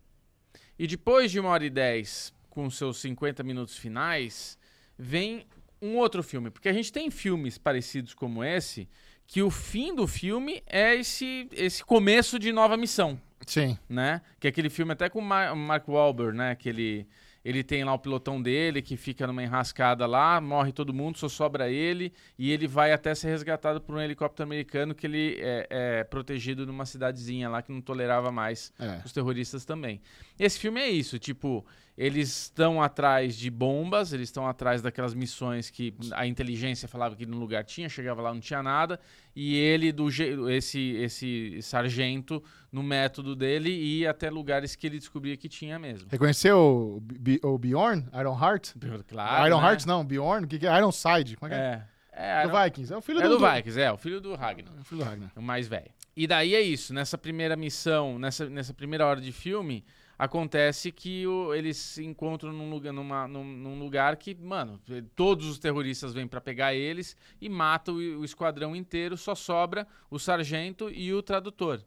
C: E depois de uma hora e dez, com seus 50 minutos finais, vem um outro filme. Porque a gente tem filmes parecidos como esse, que o fim do filme é esse, esse começo de nova missão
A: Sim.
C: né? Que é aquele filme até com o Ma- Mark Wahlberg, né? Que ele, ele tem lá o pilotão dele que fica numa enrascada lá, morre todo mundo, só sobra ele e ele vai até ser resgatado por um helicóptero americano que ele é, é protegido numa cidadezinha lá que não tolerava mais
A: É.
C: os terroristas também. Esse filme é isso, tipo, eles estão atrás de bombas, eles estão atrás daquelas missões que a inteligência falava que no lugar tinha, chegava lá não tinha nada, e ele do je- esse esse sargento no método dele ia até lugares que ele descobria que tinha mesmo.
A: Reconheceu o, B- o Bjorn? Iron Heart?
C: Claro.
A: Iron
C: né?
A: Heart não, Bjorn? O que, que é? Iron Side? Como é que é?
C: É. É,
A: Do Vikings. É o filho
C: é
A: do,
C: do Vikings, é, o filho do Ragnar.
A: do- filho do Ragnar.
C: O mais velho. E daí é isso. Nessa primeira missão, nessa, nessa primeira hora de filme, acontece que o- eles se encontram num lugar, numa- num, num lugar que, mano, eh, todos os terroristas vêm pra pegar eles e matam o, o esquadrão inteiro. Só sobra o sargento e o tradutor.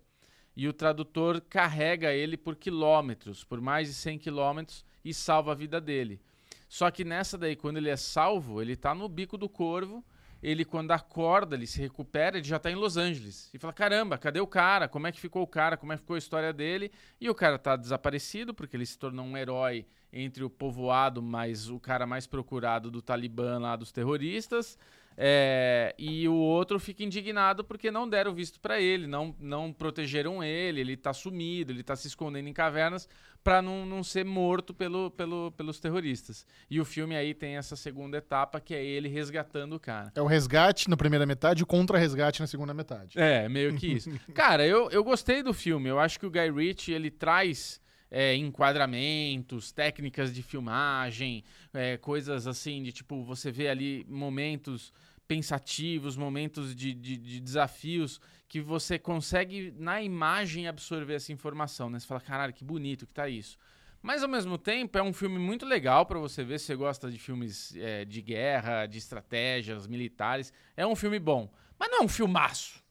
C: E o tradutor carrega ele por quilômetros, por mais de 100 quilômetros, e salva a vida dele. Só que nessa daí, quando ele é salvo, ele tá no bico do corvo. Ele, quando acorda, ele se recupera, ele já tá em Los Angeles. E fala: caramba, cadê o cara? Como é que ficou o cara? Como é que ficou a história dele? E o cara tá desaparecido, porque ele se tornou um herói entre o povoado, mas o cara mais procurado do Talibã lá, dos terroristas. É, e o outro fica indignado porque não deram visto pra ele, não, não protegeram ele, ele tá sumido, ele tá se escondendo em cavernas pra não, não ser morto pelo, pelo, pelos terroristas. E o filme aí tem essa segunda etapa que é ele resgatando o cara.
A: É o resgate na primeira metade e o contra-resgate na segunda metade.
C: É, meio que isso. Cara, eu, eu gostei do filme. Eu acho que o Guy Ritchie, ele traz é, enquadramentos, técnicas de filmagem, é, coisas assim de tipo, você vê ali momentos pensativos, momentos de, de, de desafios que você consegue na imagem absorver essa informação, né? Você fala, caralho, que bonito que tá isso. Mas ao mesmo tempo é um filme muito legal pra você ver se você gosta de filmes é, de guerra, de estratégias militares. É um filme bom, mas não é um filmaço.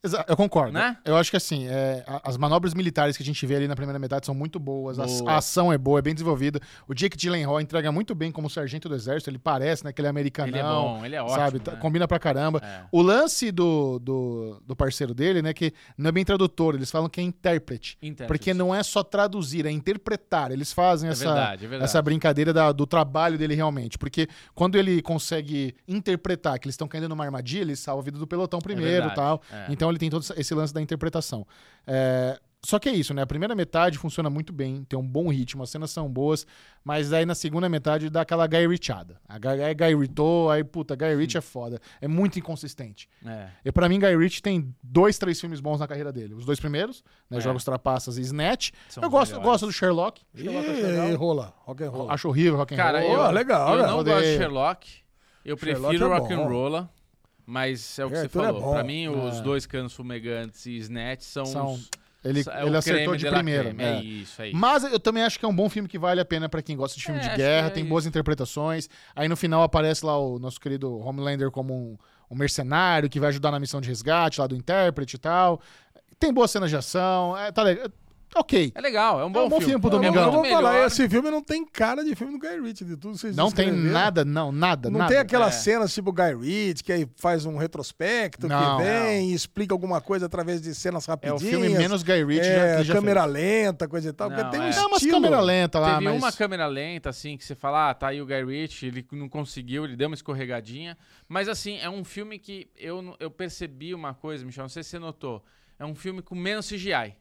A: Exa- Eu concordo.
C: Né?
A: Eu acho que assim, é, a- as manobras militares que a gente vê ali na primeira metade são muito boas, a-
C: Boa.
A: a, ação é boa, é bem desenvolvida. O Jake Gyllenhaal entrega muito bem como sargento do exército, ele parece, né, que ele é americanão.
C: Ele é bom, ele é ótimo.
A: sabe? Tá-
C: né?
A: Combina pra caramba.
C: É.
A: O lance do, do, do parceiro dele, né, que não é bem tradutor, eles falam que é intérprete.
C: Intérprete.
A: Porque não é só traduzir, é interpretar. Eles fazem
C: É
A: essa,
C: verdade, é verdade.
A: essa brincadeira da- do trabalho dele realmente. Porque quando ele consegue interpretar que eles estão caindo numa armadilha, ele salva a vida do pelotão primeiro e
C: verdade,
A: tal.
C: é.
A: Então ele tem todo esse lance da interpretação. É, Só que é isso, né? A primeira metade funciona muito bem, tem um bom ritmo, as cenas são boas, mas aí na segunda metade dá aquela gairichada. A Guy, Guy Ritou, aí puta, Guy Ritchie é foda. É muito inconsistente.
C: É.
A: E pra mim, Guy Ritchie tem dois, três filmes bons na carreira dele. Os dois primeiros, né?
C: É.
A: Jogos Trapaças e Snatch.
C: São
A: eu
C: os
A: gosto, eu
C: melhores.
A: gosto do Sherlock. Sherlock acho
B: E, e
A: legal.
B: rola, rock and roll.
A: Acho horrível Rock and
C: Cara,
A: Roll.
C: eu,
B: Oh, legal,
C: eu
B: né?
C: não
A: Odeio.
C: gosto de Sherlock. Eu
B: Sherlock
C: prefiro
B: é
C: rock
B: bom.
C: and roll, mas é o que você
B: Arthur é
C: falou.
B: bom.
C: pra mim, os
A: É.
C: dois canos fumegantes e Snatch são,
A: São-
C: os-
A: Ele,
C: é o
A: ele acertou
C: creme
A: de
C: la
A: primeira.
C: creme,
A: é.
C: É isso, é isso.
A: Mas eu também acho que é um bom filme que vale a pena pra quem gosta de filme
C: É,
A: de
C: acho
A: guerra,
C: que é
A: tem
C: isso.
A: boas interpretações. Aí no final aparece lá o nosso querido Homelander como um, um mercenário que vai ajudar na missão de resgate lá do intérprete e tal. Tem boas cenas de ação, é, tá legal. Ok.
C: É legal, é um bom,
A: bom filme pro
C: É
A: Domingão.
B: eu
C: muito
B: vou falar,
C: melhor.
B: esse filme não tem cara de filme do Guy Ritchie, de tudo que vocês
A: Não tem
B: descreveram.
A: nada, não, nada,
B: Não
A: nada.
B: tem aquelas
C: É.
B: cenas tipo Guy Ritchie, que aí faz um retrospecto,
A: Não.
B: que vem e explica alguma coisa através de cenas
A: É o
B: rapidinhas.
A: filme menos Guy Ritchie já,
B: é,
A: que já
B: câmera lenta, coisa e tal.
C: Não,
B: porque tem um
C: é.
A: fez. Dá umas
B: estilo.
A: câmera lenta lá,
C: Teve
A: mas...
C: uma câmera lenta, assim, que você fala, ah, tá aí o Guy Ritchie, ele não conseguiu, ele deu uma escorregadinha. Mas, assim, é um filme que eu, não- eu percebi uma coisa, Michel, não sei se você notou. É um filme com menos CGI,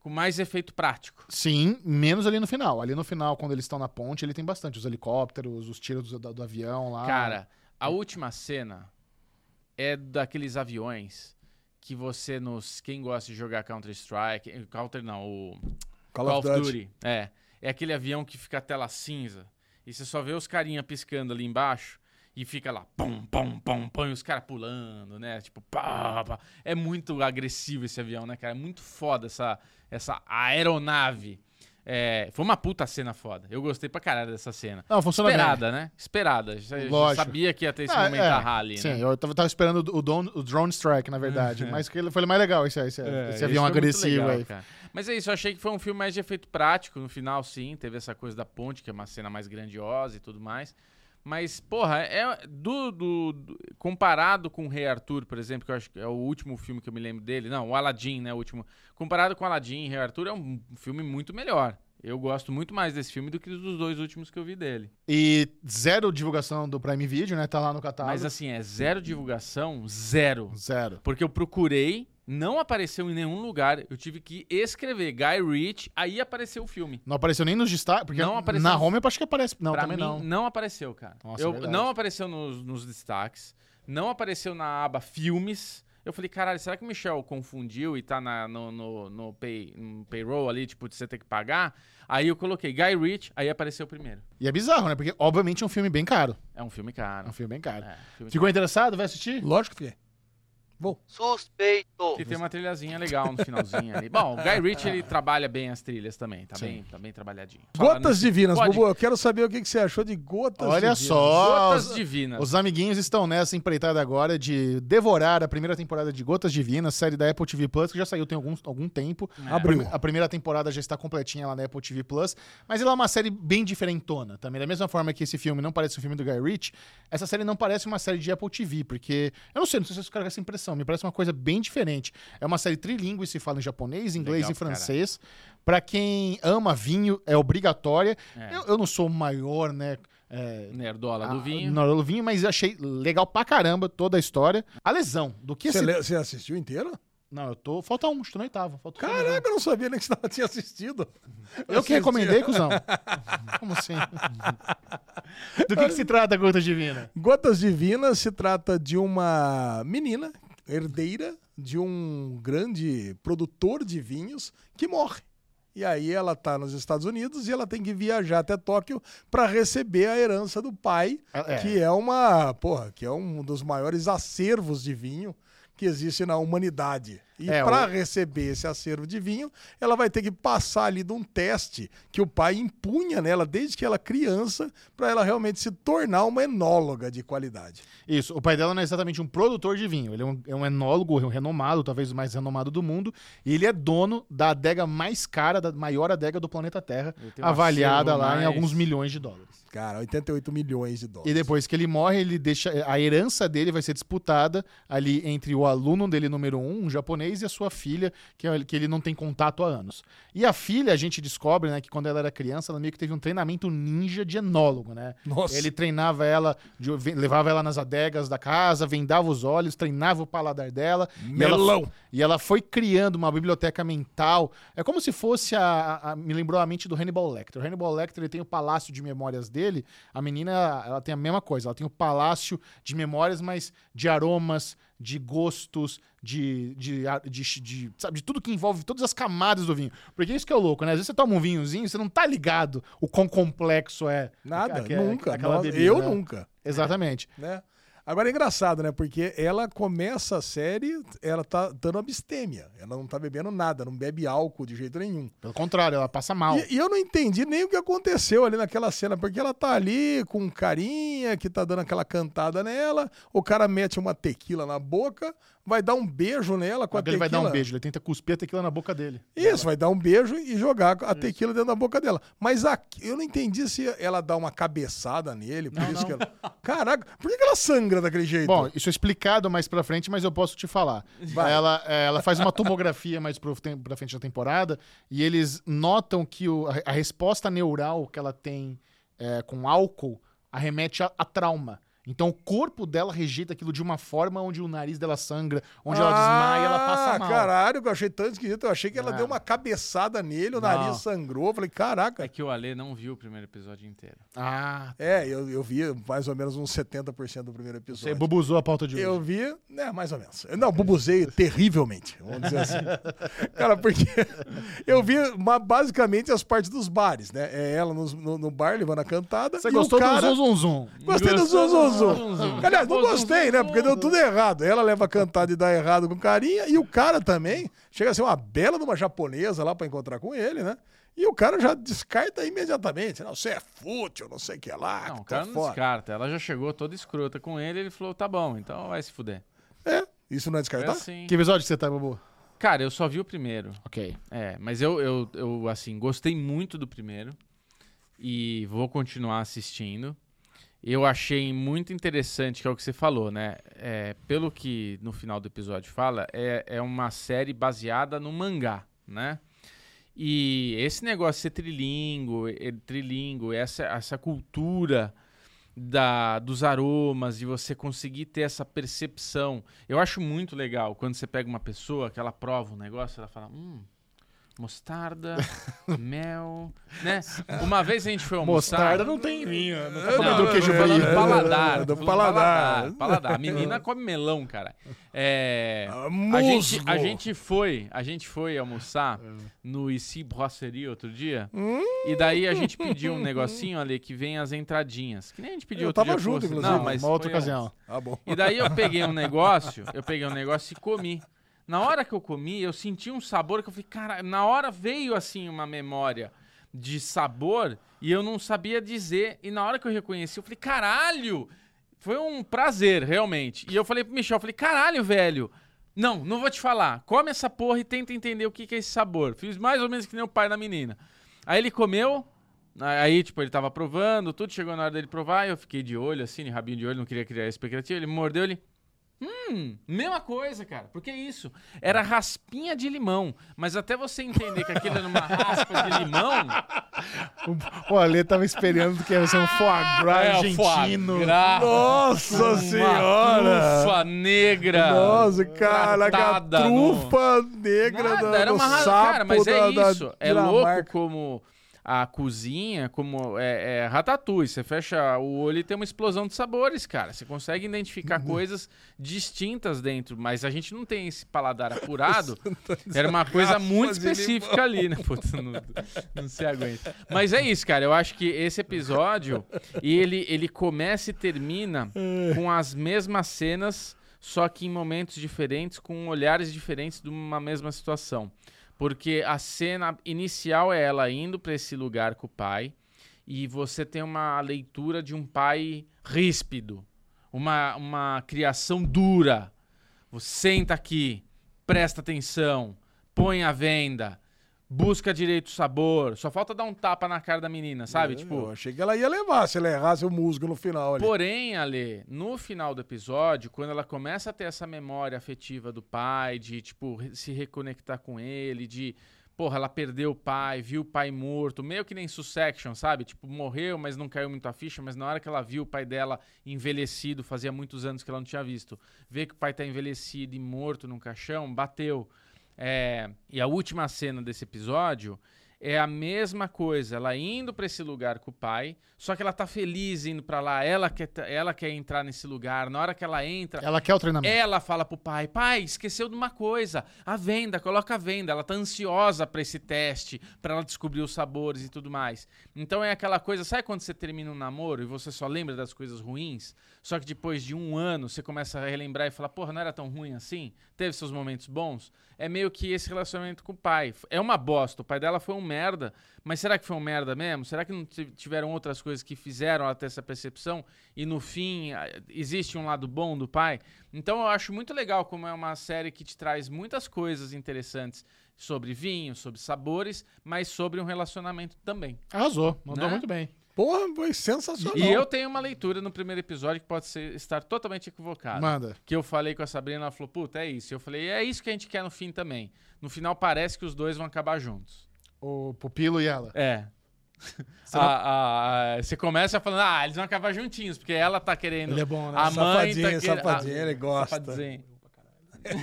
C: com mais efeito prático.
A: Sim, menos ali no final. Ali no final, quando eles estão na ponte, ele tem bastante. Os helicópteros, os tiros do, do- do avião lá.
C: Cara, a última cena é daqueles aviões que você nos. Quem gosta de jogar Counter-Strike. eh, Counter não, o
B: Call of Duty.
C: É. É aquele avião que fica a tela cinza. E você só vê os carinha piscando ali embaixo. E fica lá, pum, pum, pum, pum, e os caras pulando, né? Tipo, pá, pá. É muito agressivo esse avião, né, cara? É muito foda essa, essa aeronave. É, foi uma puta cena foda. Eu gostei pra caralho dessa cena.
A: Não, funciona bem.
C: Esperada, né? Esperada. Já, já
A: Lógico.
C: sabia que ia ter esse
A: Ah,
C: momento
A: é.
C: da rally,
A: Sim,
C: né?
A: eu tava, tava esperando o, drone, o Drone Strike, na verdade. Mas que ele- foi mais legal esse, esse,
C: É,
A: esse
C: isso
A: avião
C: foi muito
A: um agressivo
C: legal,
A: aí.
C: cara. Mas é isso, eu achei que foi um filme mais de efeito prático. No final, sim, teve essa coisa da ponte, que é uma cena mais grandiosa e tudo mais. Mas, porra, é do, do- do- comparado com o Rei Arthur, por exemplo, que eu acho que é o último filme que eu me lembro dele. Não, o Aladdin, né? O último. Comparado com Aladdin e Rei Arthur, é um filme muito melhor. Eu gosto muito mais desse filme do que dos dois últimos que eu vi dele.
A: E zero divulgação do Prime Video, né? Tá lá no catálogo.
C: Mas assim, é zero divulgação, zero.
A: Zero.
C: Porque eu procurei, não apareceu em nenhum lugar. Eu tive que escrever Guy Ritchie, aí apareceu o filme.
A: Não apareceu nem nos destaques, porque
C: Não apareceu
A: na
C: nos-
A: home eu acho que aparece. Não,
C: pra
A: também
C: mim,
A: não.
C: apareceu, cara.
A: Nossa, é
C: eu,
A: verdade.
C: não apareceu nos, nos destaques, não apareceu na aba Filmes. Eu falei, caralho, será que o Michel confundiu e tá na- no, no, no pay- no payroll ali, tipo, de você ter que pagar? Aí eu coloquei Guy Ritchie, aí apareceu primeiro.
A: E é bizarro, né? Porque, obviamente, é um filme bem caro.
C: É um filme
A: É um
C: caro.
A: filme bem caro.
C: É, filme
A: Ficou interessado? Vai assistir?
B: Lógico que é.
H: Suspeito.
C: Que tem uma trilhazinha legal no finalzinho ali. Bom, o Guy Ritchie, ele trabalha bem as trilhas também. Tá, bem, tá bem trabalhadinho. Falando
B: Gotas Divinas,
C: Pode-
B: Bubu. Eu quero saber o que, que você achou de Gotas
A: Olha
B: Divinas.
A: só.
C: Gotas
A: os-
C: divinas.
A: Os amiguinhos estão nessa empreitada agora de devorar a primeira temporada de Gotas Divinas, série da Apple TV Plus, que já saiu tem algum, algum tempo.
B: Abriu.
A: A primeira temporada já está completinha lá na Apple TV Plus, mas ela é uma série bem diferentona também. Da mesma forma que esse filme não parece um filme do Guy Ritchie, essa série não parece uma série de Apple TV, porque eu não sei, não sei se os caras com essa impressão, me parece uma coisa bem diferente. É uma série trilingue, se fala em japonês, inglês
C: Legal,
A: e francês. Pra quem ama vinho, é obrigatória.
C: É.
A: Eu, eu não sou o maior, né? é,
C: Nerdola do
A: ah,
C: Tá vinho.
A: Não, do vinho, mas eu achei legal pra caramba toda a história. A lesão, do que
B: Você,
A: esse...
B: le- você assistiu inteiro?
A: Não, eu tô... Falta um, estou na oitava. Falta um.
B: Caraca, eu não sabia nem que você tava- tinha assistido.
A: Eu que
B: assisti.
A: recomendei, cuzão. Como assim? do que, que se trata Gotas Divina?
B: Gotas Divinas se trata de uma menina herdeira de um grande produtor de vinhos que morre. E aí ela tá nos Estados Unidos e ela tem que viajar até Tóquio para receber a herança do pai,
A: Ah, é.
B: que é uma, porra, que é um dos maiores acervos de vinho que existe na humanidade. E
A: É,
B: pra para receber esse acervo de vinho, ela vai ter que passar ali de um teste que o pai impunha nela desde que ela criança, para ela realmente se tornar uma enóloga de qualidade.
A: Isso, o pai dela não é exatamente um produtor de vinho. Ele é um, é um enólogo um renomado, talvez o mais renomado do mundo. E ele é dono da adega mais cara, da maior adega do planeta Terra,
C: Ele tem um
A: avaliada
C: acervo
A: lá em
C: mais-
A: alguns milhões de dólares.
B: Cara, 88 milhões de
A: E
B: dólares.
A: depois que ele morre, ele deixa. A herança dele vai ser disputada ali entre o aluno dele número um, um japonês, e a sua filha, que, é- que ele não tem contato há anos. E a filha, a gente descobre, né, que quando ela era criança, ela meio que teve um treinamento ninja de enólogo, né?
B: Nossa.
A: Ele treinava ela, de- ve- levava ela nas adegas da casa, vendava os olhos, treinava o paladar dela. E ela-
B: Melão.
A: E ela foi criando uma biblioteca mental. É como se fosse a, a- a- Me lembrou a mente do Hannibal Lecter. O Hannibal Lecter ele tem o palácio de memórias dele. A menina, ela tem a mesma coisa. Ela tem o palácio de memórias, mas de aromas, de gostos, de. de, a- de, de- sabe, de tudo que envolve todas as camadas do vinho. Porque isso que é o louco, né? Às vezes você toma um vinhozinho, você não tá ligado o quão complexo é.
B: Nada,
A: aque-
B: nunca.
A: aquela
B: Nossa,
A: bebida,
B: eu
A: né?
B: nunca.
A: Exatamente.
B: né? Agora é engraçado, né? Porque ela começa a série, ela tá dando abstêmia. Ela não tá bebendo nada, não bebe álcool de jeito nenhum.
A: Pelo contrário, ela passa mal.
B: E, e eu não entendi nem o que aconteceu ali naquela cena, porque ela tá ali com um carinha que tá dando aquela cantada nela, o cara mete uma tequila na boca, vai dar um beijo nela com a
A: Quando ele
B: tequila.
A: vai dar um beijo, ele tenta cuspir a tequila na boca dele.
B: Isso, vai dar um beijo e jogar a tequila dentro da boca dela. Mas aqui, eu não entendi se ela dá uma cabeçada nele, por isso que ela... Caraca, por que que ela sangra daquele jeito?
A: Bom, isso é explicado mais pra frente, mas eu posso te falar. Ela, é, ela faz uma tomografia mais pro tem- pra frente da temporada e eles notam que o- a, a resposta neural que ela tem é, com álcool arremete a, a trauma. Então o corpo dela rejeita aquilo de uma forma onde o nariz dela sangra, onde ela desmaia, ela
B: Ah,
A: passa mal.
B: Caralho, que eu achei tão esquisito. Eu achei que ela
A: Não.
B: deu uma cabeçada nele, o nariz
A: Não.
B: sangrou. Eu falei, caraca.
C: É que o Ale não viu o primeiro episódio inteiro.
A: Ah,
B: É, eu, eu vi mais ou menos uns 70% do primeiro
A: você
B: episódio.
A: bubuzou a pauta de hoje.
B: Eu vi, né, mais ou menos. Não, bubuzei terrivelmente, vamos dizer assim. Cara, porque eu vi ma- basicamente as partes dos bares, né? É ela nos- no, no bar levando a cantada.
A: Você
B: e o
A: gostou
B: cara...
A: do zum zum zum?
B: Gostei do zum, zum,
C: Gostou do
B: zum.
C: zum, zum.
B: Aliás, não
C: Gostou do
B: gostei,
C: zum,
B: né?
C: zum.
B: Porque deu tudo errado. Ela leva a cantada e dá errado com carinha. E o cara também chega a ser uma bela de uma japonesa lá pra encontrar com ele, né? E o cara já descarta imediatamente. Não, você é fútil, não sei o que
A: Ah,
B: lá.
C: Não,
B: que
C: o
B: tá
C: cara não
B: fora.
C: descarta. Ela já chegou toda escrota com ele, ele falou, tá bom, então vai se fuder.
B: É, isso não é
C: Foi
B: descartar?
C: assim.
A: Que episódio você tá, Bubu?
C: Cara, eu só vi o primeiro.
A: Ok.
C: É, mas eu, eu, eu, assim, gostei muito do primeiro e vou continuar assistindo. Eu achei muito interessante, que é o que você falou, né? É, pelo que no final do episódio fala, é, é uma série baseada no mangá, né? E esse negócio de ser trilingue, eh, trilingue essa, essa cultura da, dos aromas, de você conseguir ter essa percepção. Eu acho muito legal quando você pega uma pessoa que ela prova um negócio, ela fala, hum, mostarda, mel, né? Uma vez a gente foi almoçar...
A: Mostarda não tem
C: assim,
A: vinho. Não tá
B: Não,
A: comendo
B: não,
A: queijo
B: não,
A: brie.
B: não,
C: Falando
B: É,
C: paladar. tá
B: do
C: falando
B: paladar.
C: paladar. Paladar. A menina come melão, cara. É,
B: Ah,
C: a, gente,
B: musgo. É.
C: a gente foi, a gente foi almoçar no IC Brasserie outro dia.
B: Hum.
C: E daí a gente pediu um negocinho ali que vem as entradinhas. Que nem a gente pediu
B: Eu
C: outro
B: tava
C: dia. com
B: junto,
C: você.
B: inclusive,
C: Não, mas
A: uma outra
C: foi
A: ocasião.
C: antes.
B: Ah, bom.
C: E daí eu peguei um negócio, eu peguei um negócio e comi. Na hora que eu comi, eu senti um sabor que eu falei, cara, na hora veio assim uma memória de sabor e eu não sabia dizer. E na hora que eu reconheci, eu falei, caralho! Foi um prazer, realmente. E eu falei pro Michel, eu falei, caralho, velho. Não, não vou te falar. Come essa porra e tenta entender o que, que é esse sabor. Fiz mais ou menos que nem o pai da menina. Aí ele comeu, aí, tipo, ele tava provando, tudo chegou na hora dele provar, eu fiquei de olho, assim, de rabinho de olho, não queria criar expectativa. Ele mordeu, ele. Hum, mesma coisa, cara. Porque isso era raspinha de limão. Mas até você entender que aquilo era uma raspa de limão.
A: O- O Ale tava esperando que ia ser um foie gras
C: é,
A: argentino.
B: Nossa senhora!
C: Trufa negra.
B: Nossa, cara, a
C: Tratada no-
B: trufa negra
C: Nada,
B: da,
C: era
B: do
C: uma ra-
B: sapo
C: Cara, mas é
B: da- da
C: isso. é louco
B: Dinamarca.
C: como a cozinha, como é, é ratatouille. Você fecha o olho e tem uma explosão de sabores, cara. Você consegue identificar
B: Uhum.
C: coisas distintas dentro, mas a gente não tem esse paladar apurado. Era uma coisa muito
B: de limão.
C: específica ali, né? Putz, não, não se aguenta. Mas é isso, cara. Eu acho que esse episódio, ele, ele começa e termina
B: É.
C: com as mesmas cenas, só que em momentos diferentes, com olhares diferentes de uma mesma situação. Porque a cena inicial é ela indo pra esse lugar com o pai e você tem uma leitura de um pai ríspido, uma, uma criação dura. Você senta aqui, presta atenção, põe à venda, busca direito o sabor. Só falta dar um tapa na cara da menina, sabe?
B: É,
C: tipo,
B: eu achei que ela ia levar se ela errasse o musgo no final ali.
C: Porém, Ale, no final do episódio, quando ela começa a ter essa memória afetiva do pai, de, tipo, re- se reconectar com ele, de. Porra, ela perdeu o pai, viu o pai morto, meio que nem Sussection, sabe? Tipo, morreu, mas não caiu muito a ficha, mas na hora que ela viu o pai dela envelhecido, fazia muitos anos que ela não tinha visto, ver que o pai tá envelhecido e morto num caixão, bateu. É, e a última cena desse episódio é a mesma coisa, ela indo pra esse lugar com o pai, só que ela tá feliz indo pra lá, ela quer, ta- ela quer entrar nesse lugar, na hora que ela entra,
A: Ela quer o treinamento.
C: ela fala pro pai: pai, esqueceu de uma coisa, a venda, coloca a venda. Ela tá ansiosa pra esse teste, pra ela descobrir os sabores e tudo mais. Então é aquela coisa, sabe quando você termina um namoro e você só lembra das coisas ruins? Só que depois de um ano você começa a relembrar e fala: porra, não era tão ruim assim? Teve seus momentos bons? É meio que esse relacionamento com o pai. É uma bosta, o pai dela foi um merda, mas será que foi um merda mesmo? Será que não ti- tiveram outras coisas que fizeram ela ter essa percepção? E no fim, a- existe um lado bom do pai? Então eu acho muito legal como é uma série que te traz muitas coisas interessantes sobre vinho, sobre sabores, mas sobre um relacionamento também.
A: Arrasou, mandou
C: Né?
A: muito bem.
B: Porra, foi sensacional.
C: E eu tenho uma leitura no primeiro episódio que pode ser- estar totalmente equivocada.
A: Manda.
C: Que eu falei com a Sabrina, ela falou, puta, é isso. Eu falei, é isso que a gente quer no fim também. No final parece que os dois vão acabar juntos.
A: O Pupilo e ela.
C: É. a- a- a- você começa falando, ah, eles vão acabar juntinhos, porque ela tá querendo.
B: Ele é bom, né?
C: A mãe
B: Safadinho,
C: tá querendo.
B: safadinho, ele gosta.
C: Safadinho.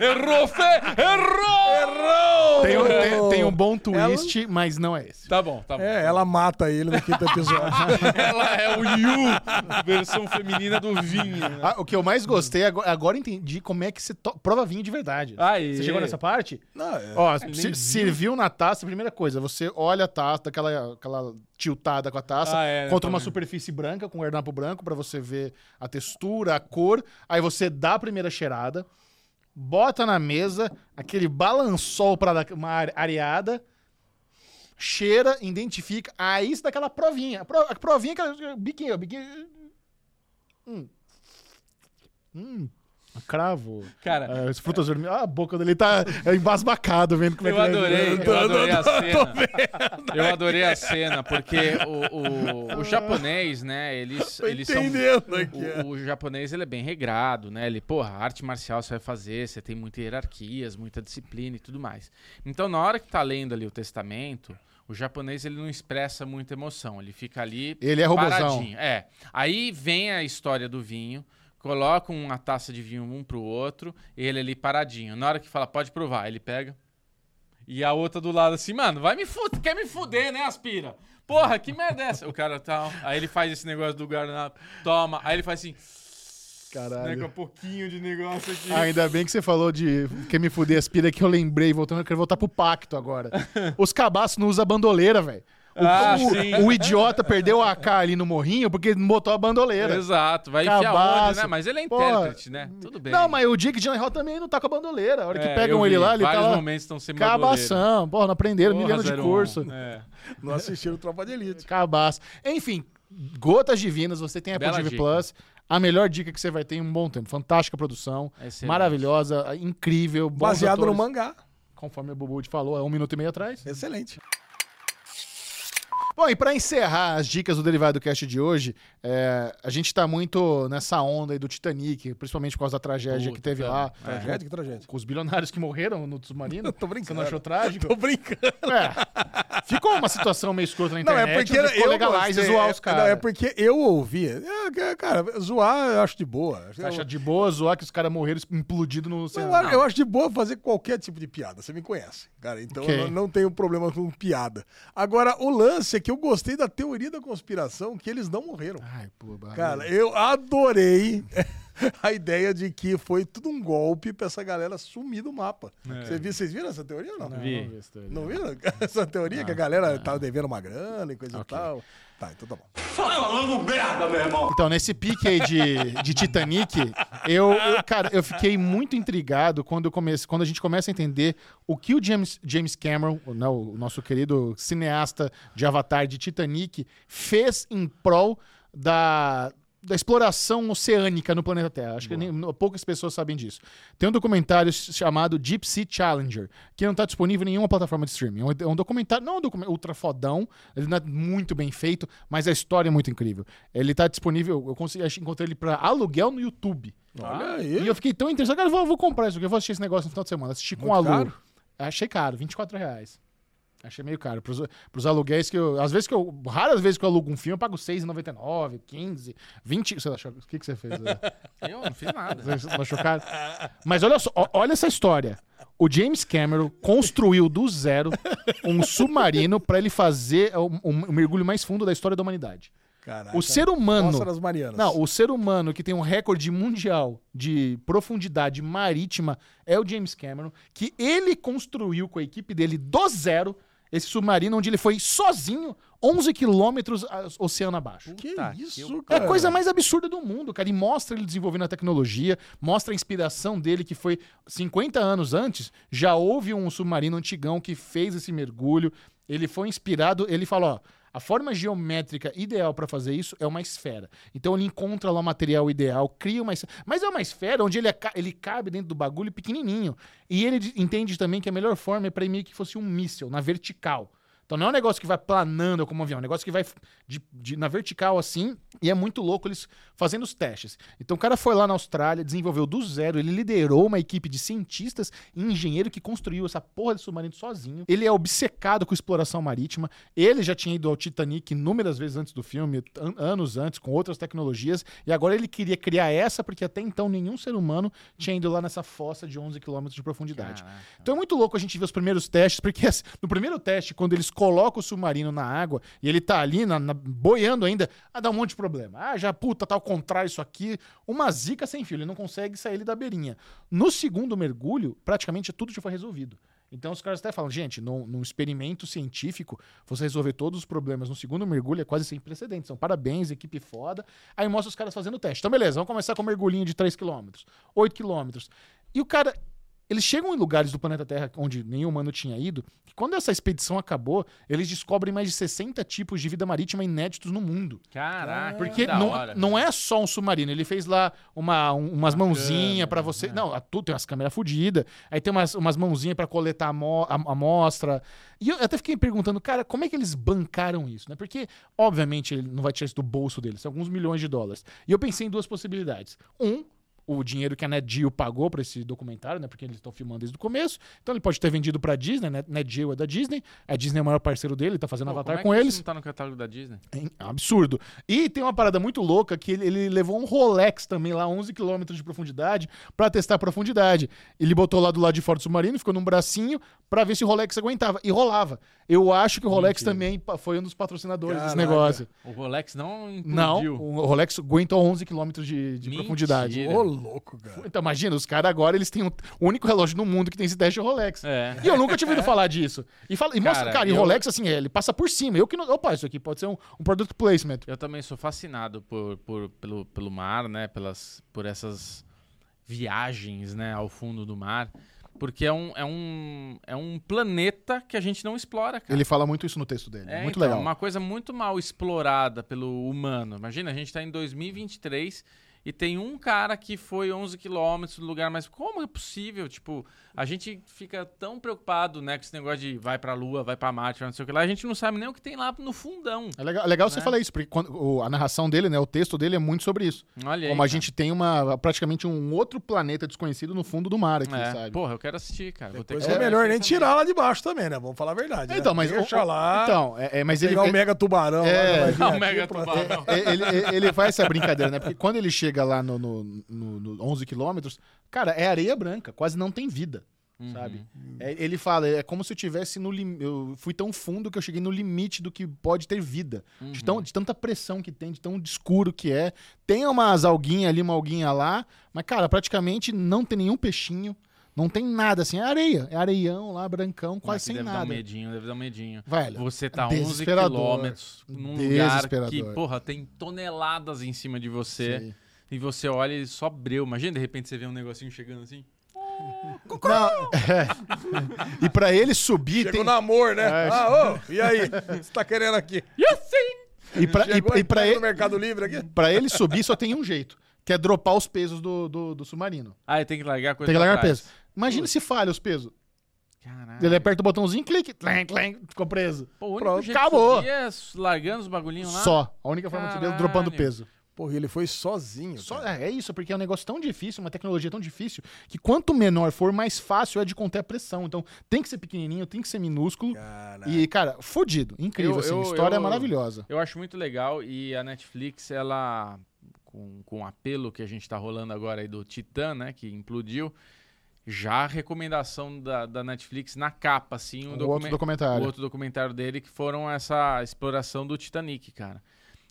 C: errou, Fê! Errou! Errou!
A: Tem um, tem- tem um bom twist, mas não é esse.
C: Tá bom, tá bom.
B: É, ela mata ele no quinto episódio.
C: Ela é o Yu, versão feminina do vinho. né?
A: Ah, o que eu mais gostei, agora, agora eu entendi como é que você to- prova vinho de verdade.
C: Aí.
A: Você chegou nessa parte?
B: Não, é-
A: Ó,
C: nem
A: se-
C: vi.
A: serviu na taça, primeira coisa, você olha a taça, aquela, aquela tiltada com a taça,
C: Ah, é, né,
A: contra
C: tá
A: uma
C: vendo.
A: superfície branca, com o guardanapo branco, pra você ver a textura, a cor. Aí você dá a primeira cheirada, bota na mesa, aquele balançol pra dar uma are- areada, cheira, identifica, aí você dá aquela provinha. A, pro- a provinha é aquela biquinho, biquinho. Hum. Hum. Cravo.
C: Cara,
A: É, as frutas vermelhas. Ah, a boca dele tá é, embasbacado vendo como é
C: Eu
A: que vai-
C: adorei, eu adorei a cena. Eu adorei a cena, porque o, o, o japonês, né, eles,
B: Tô
C: eles são...
B: entendendo aqui, é.
C: O, o japonês, ele é bem regrado, né? Ele, porra, arte marcial você vai fazer, você tem muitas hierarquias, muita disciplina e tudo mais. Então, na hora que tá lendo ali o testamento, o japonês, ele não expressa muita emoção. Ele fica ali...
A: Ele é robozão.
C: Paradinho, é. Aí vem a história do vinho, colocam uma taça de vinho um pro outro, ele ali paradinho. Na hora que fala, pode provar, ele pega. E a outra do lado assim, mano, vai me fuder, quer me fuder, né, aspira? Porra, que merda é essa? O cara tal. Aí ele faz esse negócio do guardanapo, toma. Aí ele faz assim, né, com um
A: Caralho.
C: pouquinho de negócio aqui.
A: é Ah, Ainda bem que você falou de quem me fuder aspira que eu lembrei, voltando, eu quero voltar pro pacto agora. Os cabaços não usam bandoleira, velho. O,
C: Ah,
A: o-
C: sim.
A: o idiota perdeu a AK ali no morrinho porque não botou a bandoleira.
C: Exato, vai enfiar onde,
A: Cabaço.
C: né? Mas ele é
A: Porra.
C: intérprete, né? Tudo bem.
A: Não, mas o Jake Gyllenhaal também não tá com a bandoleira. A hora que
C: É, eu
A: pegam ele
C: vi,
A: lá, ele
C: Vários
A: tá lá,
C: momentos estão sem bandoleira.
A: cabação. Porra, não aprenderam,
C: Porra,
A: milhão de
C: 01,
A: curso.
C: é.
B: Não assistiram Tropa de Elite.
A: Cabaço. Enfim, Gotas Divinas, você tem Apple
C: Bela
A: TV
C: dica.
A: Plus. A melhor dica que você vai ter em um bom tempo. Fantástica produção,
C: Excelente.
A: maravilhosa, incrível, bons
B: Baseado
A: atores,
B: no mangá.
A: Conforme o Bubu te falou, é um minuto e meio atrás.
B: Excelente.
A: Bom, e pra encerrar as dicas do Derivado Cast de hoje, é, a gente tá muito nessa onda aí do Titanic, principalmente por causa da tragédia
C: Puta,
A: que teve
C: tá.
A: lá.
B: Tragédia, que tragédia.
A: É. Com os bilionários que morreram no submarino.
B: Tô brincando.
A: Você não achou trágico?
B: Tô brincando.
A: É. Ficou uma situação meio escrota na
B: Não,
A: internet.
B: é porque
A: onde ficou
B: eu
A: legalize
B: gostei.
A: zoar os caras.
B: Não, é porque eu ouvi. Ah, Cara, zoar eu acho de boa.
A: Você acha de boa zoar que os caras morreram implodido no
B: Eu,
A: oceano?
B: acho- eu acho de boa fazer qualquer tipo de piada. Você me conhece, cara. Então
A: Ok.
B: eu não- não tenho problema com piada. Agora, o lance é que eu gostei da teoria da conspiração que eles não morreram.
A: Ai, pô, barulho.
B: Cara, eu adorei a ideia de que foi tudo um golpe pra essa galera sumir do mapa.
A: É.
B: Você viu, vocês viram essa teoria ou não?
C: Vi.
B: Não viram essa teoria que a galera tava devendo uma grana e coisa e tal? Tá, então tá bom.
A: Então, nesse pique aí de, de Titanic, eu, eu- cara, eu fiquei muito intrigado quando, eu comece, quando a gente começa a entender o que o James, James Cameron, o- né, o nosso querido cineasta de Avatar de Titanic, fez em prol da, da exploração oceânica no planeta Terra. Acho que nem- no- poucas pessoas sabem disso. Tem um documentário ch- chamado Deep Sea Challenger, que não está disponível em nenhuma plataforma de streaming. É um- É um documentário, não é um documentário ultra fodão, ele não é muito bem feito, mas a história é muito incrível. Ele está disponível, eu consegui, acho- encontrei ele para aluguel no YouTube.
B: Olha
A: Ah, E
B: aí.
A: eu fiquei tão interessado, cara, eu vou, eu vou comprar isso aqui, eu vou assistir esse negócio no final de semana. Assisti com um
B: Muito
A: aluno.
B: caro?
A: Achei caro, 24 reais. Achei meio caro. Pros, pros aluguéis que eu. Às vezes que eu. Raras vezes que eu alugo um filme, eu pago R$6,99, 15, 20. Você achou, o que, que você fez? Zé?
C: Eu não fiz nada.
A: Você não achou caro? Mas olha só, ó- olha essa história. O James Cameron construiu do zero um submarino para ele fazer o, o mergulho mais fundo da história da humanidade.
B: Caraca.
A: O ser humano.
B: Fossa das Marianas.
A: Não, o ser humano que tem um recorde mundial de profundidade marítima é o James Cameron, que ele construiu com a equipe dele do zero esse submarino onde ele foi sozinho 11 quilômetros a- oceano abaixo.
B: Que
C: Puta
B: isso,
A: É
B: cara?
A: a coisa mais absurda do mundo, cara. E mostra ele desenvolvendo a tecnologia, mostra a inspiração dele, que foi 50 anos antes, já houve um submarino antigão que fez esse mergulho. Ele foi inspirado, ele falou, ó. A forma geométrica ideal para fazer isso é uma esfera. Então ele encontra lá o material ideal, cria uma esfera. Mas é uma esfera onde ele, aca- ele cabe dentro do bagulho pequenininho. E ele de- entende também que a melhor forma é para meio que fosse um míssil, na vertical. Então não é um negócio que vai planando como um avião, é um negócio que vai de- de- na vertical assim, e é muito louco eles fazendo os testes. Então o cara foi lá na Austrália, desenvolveu do zero, ele liderou uma equipe de cientistas e engenheiro que construiu essa porra de submarino sozinho. Ele é obcecado com exploração marítima, ele já tinha ido ao Titanic inúmeras vezes antes do filme, an- anos antes, com outras tecnologias, e agora ele queria criar essa porque até então nenhum ser humano tinha ido lá nessa fossa de 11 quilômetros de profundidade. Então é muito louco a gente ver os primeiros testes, porque assim, no primeiro teste, quando eles colocam o submarino na água e ele tá ali na- na- boiando ainda, ah, dá um monte de problema. Ah, já puta, tá ao contrário isso aqui. Uma zica sem fio, ele não consegue sair ele da beirinha. No segundo mergulho, praticamente tudo já foi resolvido. Então os caras até falam, gente, num, num experimento científico, você resolver todos os problemas no segundo mergulho é quase sem precedentes. Então, parabéns, equipe foda. Aí mostra os caras fazendo o teste. Então, beleza, vamos começar com um mergulhinho de 3 km, 8 km. E o cara, eles chegam em lugares do planeta Terra onde nenhum humano tinha ido, que quando essa expedição acabou, eles descobrem mais de 60 tipos de vida marítima inéditos no mundo.
C: Caraca,
A: Porque
C: que da
A: não,
C: hora.
A: não é só um submarino. Ele fez lá uma, um- umas mãozinhas pra
C: né?
A: você. Não, a, tu- tem umas câmeras fodidas. Aí tem umas, umas mãozinhas pra coletar a amo- a- a amostra. E eu até fiquei perguntando, cara, como é que eles bancaram isso? Né? Porque, obviamente, ele não vai tirar isso do bolso deles. São alguns milhões de dólares. E eu pensei em duas possibilidades. Um, o dinheiro que a NetGeo pagou pra esse documentário, né? Porque eles estão filmando desde o começo. Então ele pode ter vendido pra Disney, né? NetGeo é da Disney. A Disney é o maior parceiro dele, tá fazendo
C: Pô,
A: avatar
C: como é
A: com
C: que
A: eles.
C: Isso não tá no catálogo da Disney.
A: É in- absurdo. E tem uma parada muito louca que ele, ele levou um Rolex também lá, 11 km de profundidade, pra testar a profundidade. Ele botou lá do lado de fora do submarino, ficou num bracinho, pra ver se o Rolex aguentava. E rolava. Eu acho que o Rolex também pa- foi um dos patrocinadores desse
B: Caraca.
A: negócio.
C: O Rolex não implodiu.
A: Não, o Rolex aguenta 11 km de, de
C: Mentira.
A: profundidade.
B: Ô, louco, cara.
A: Então imagina, os caras agora, eles têm um- o único relógio no mundo que tem esse teste é o Rolex.
C: É.
A: E eu nunca tinha ouvido falar disso. E, fala, e mostra,
C: Cara,
A: cara, e o
C: eu-
A: Rolex, assim, ele passa por cima. Eu que não. Opa, isso aqui pode ser um, um product placement.
C: Eu também sou fascinado por, por- pelo, pelo mar, né? Pelas, por essas viagens, né? Ao fundo do mar. Porque é um, é um, é um planeta que a gente não explora, cara.
A: Ele fala muito isso no texto dele.
C: É,
A: muito
C: então,
A: legal.
C: uma coisa muito mal explorada pelo humano. Imagina, a gente tá em 2023 e tem um cara que foi 11 quilômetros do lugar, mas como é possível? Tipo, a gente fica tão preocupado, né, com esse negócio de vai pra Lua, vai pra Marte, vai não sei o que lá, a gente não sabe nem o que tem lá no fundão.
A: É legal, é legal você
C: Né?
A: falar isso, porque quando- o- a narração dele, né, o texto dele é muito sobre isso.
C: Olha aí.
A: Como a
C: cara.
A: gente tem uma praticamente um outro planeta desconhecido no fundo do mar aqui,
C: É,
A: sabe?
C: Porra, eu quero assistir, cara. Vou ter
B: Pois
C: que
B: é,
C: olhar
B: melhor
C: isso
B: nem
C: aí também.
B: tirar lá de baixo também, né? Vamos falar a verdade.
A: então,
B: né?
A: mas
B: Deixa
A: o-
B: lá.
A: Então, é, é, mas ele
B: pegar o
A: ele-
B: mega tubarão
A: É.
B: lá.
C: Não, mega
B: Ah,
C: tubarão.
A: É, ele, ele- ele faz essa brincadeira, né? Porque quando ele chega lá no, no- no- no 11 quilômetros, cara, é areia branca, quase não tem vida,
B: Uhum.
A: sabe? É, ele fala, é como se eu tivesse no lim... Eu fui tão fundo que eu cheguei no limite do que pode ter vida. De,
B: Uhum.
A: tão- de tanta pressão que tem, de tão escuro que é. Tem umas alguinha ali, uma alguinha lá, mas, cara, praticamente não tem nenhum peixinho, não tem nada, assim, é areia. É areião lá, brancão,
C: Como é
A: quase
C: que
A: sem
C: deve dar um
A: nada.
C: medinho, deve dar um medinho.
A: Velho, é
C: Você tá 11
A: desesperador.
C: quilômetros num lugar que,
A: Desesperador.
C: porra, tem toneladas em cima de você.
A: Sim.
C: E você olha e só breu. Imagina, de repente, você vê um negocinho chegando assim.
A: Não, é. E pra ele subir,
B: Chegou
A: tem,
B: no amor, né?
A: É.
B: Ah, ô, e aí? O que você tá querendo aqui?
A: E pra, e,
B: Chegou
A: e pra
B: entrando no
A: ele,
B: Mercado Livre aqui?
A: pra ele subir só tem um jeito, que é dropar os pesos do, do, do submarino.
C: Ah, e tem que largar a coisa
A: Tem que largar
C: pra trás.
A: peso. Imagina se falha os pesos.
C: Caralho.
A: Ele aperta o botãozinho, clique, tlang, tlang, ficou preso.
C: Pô, o único
A: Pronto,
C: jeito
A: acabou.
C: Que subir é s- largando os bagulhinhos lá.
A: Só. A única forma de subir é dropando
C: Caralho.
A: peso.
B: Porra, ele foi sozinho.
A: Só-
B: cara.
A: é é isso, porque é um negócio tão difícil, uma tecnologia tão difícil, que quanto menor for, mais fácil é de conter a pressão. Então tem que ser pequenininho, tem que ser minúsculo.
B: Cara,
A: E, cara, fodido. Incrível,
C: Eu-
A: assim.
C: eu-
A: a história é
C: eu-
A: maravilhosa.
C: Eu acho muito legal e a Netflix, ela, com, com o apelo que a gente tá rolando agora aí do Titã, né, que implodiu, já a recomendação da, da Netflix na capa, assim, um
A: o outro
C: documento.
A: documentário.
C: o outro documentário dele, que foram essa exploração do Titanic, cara.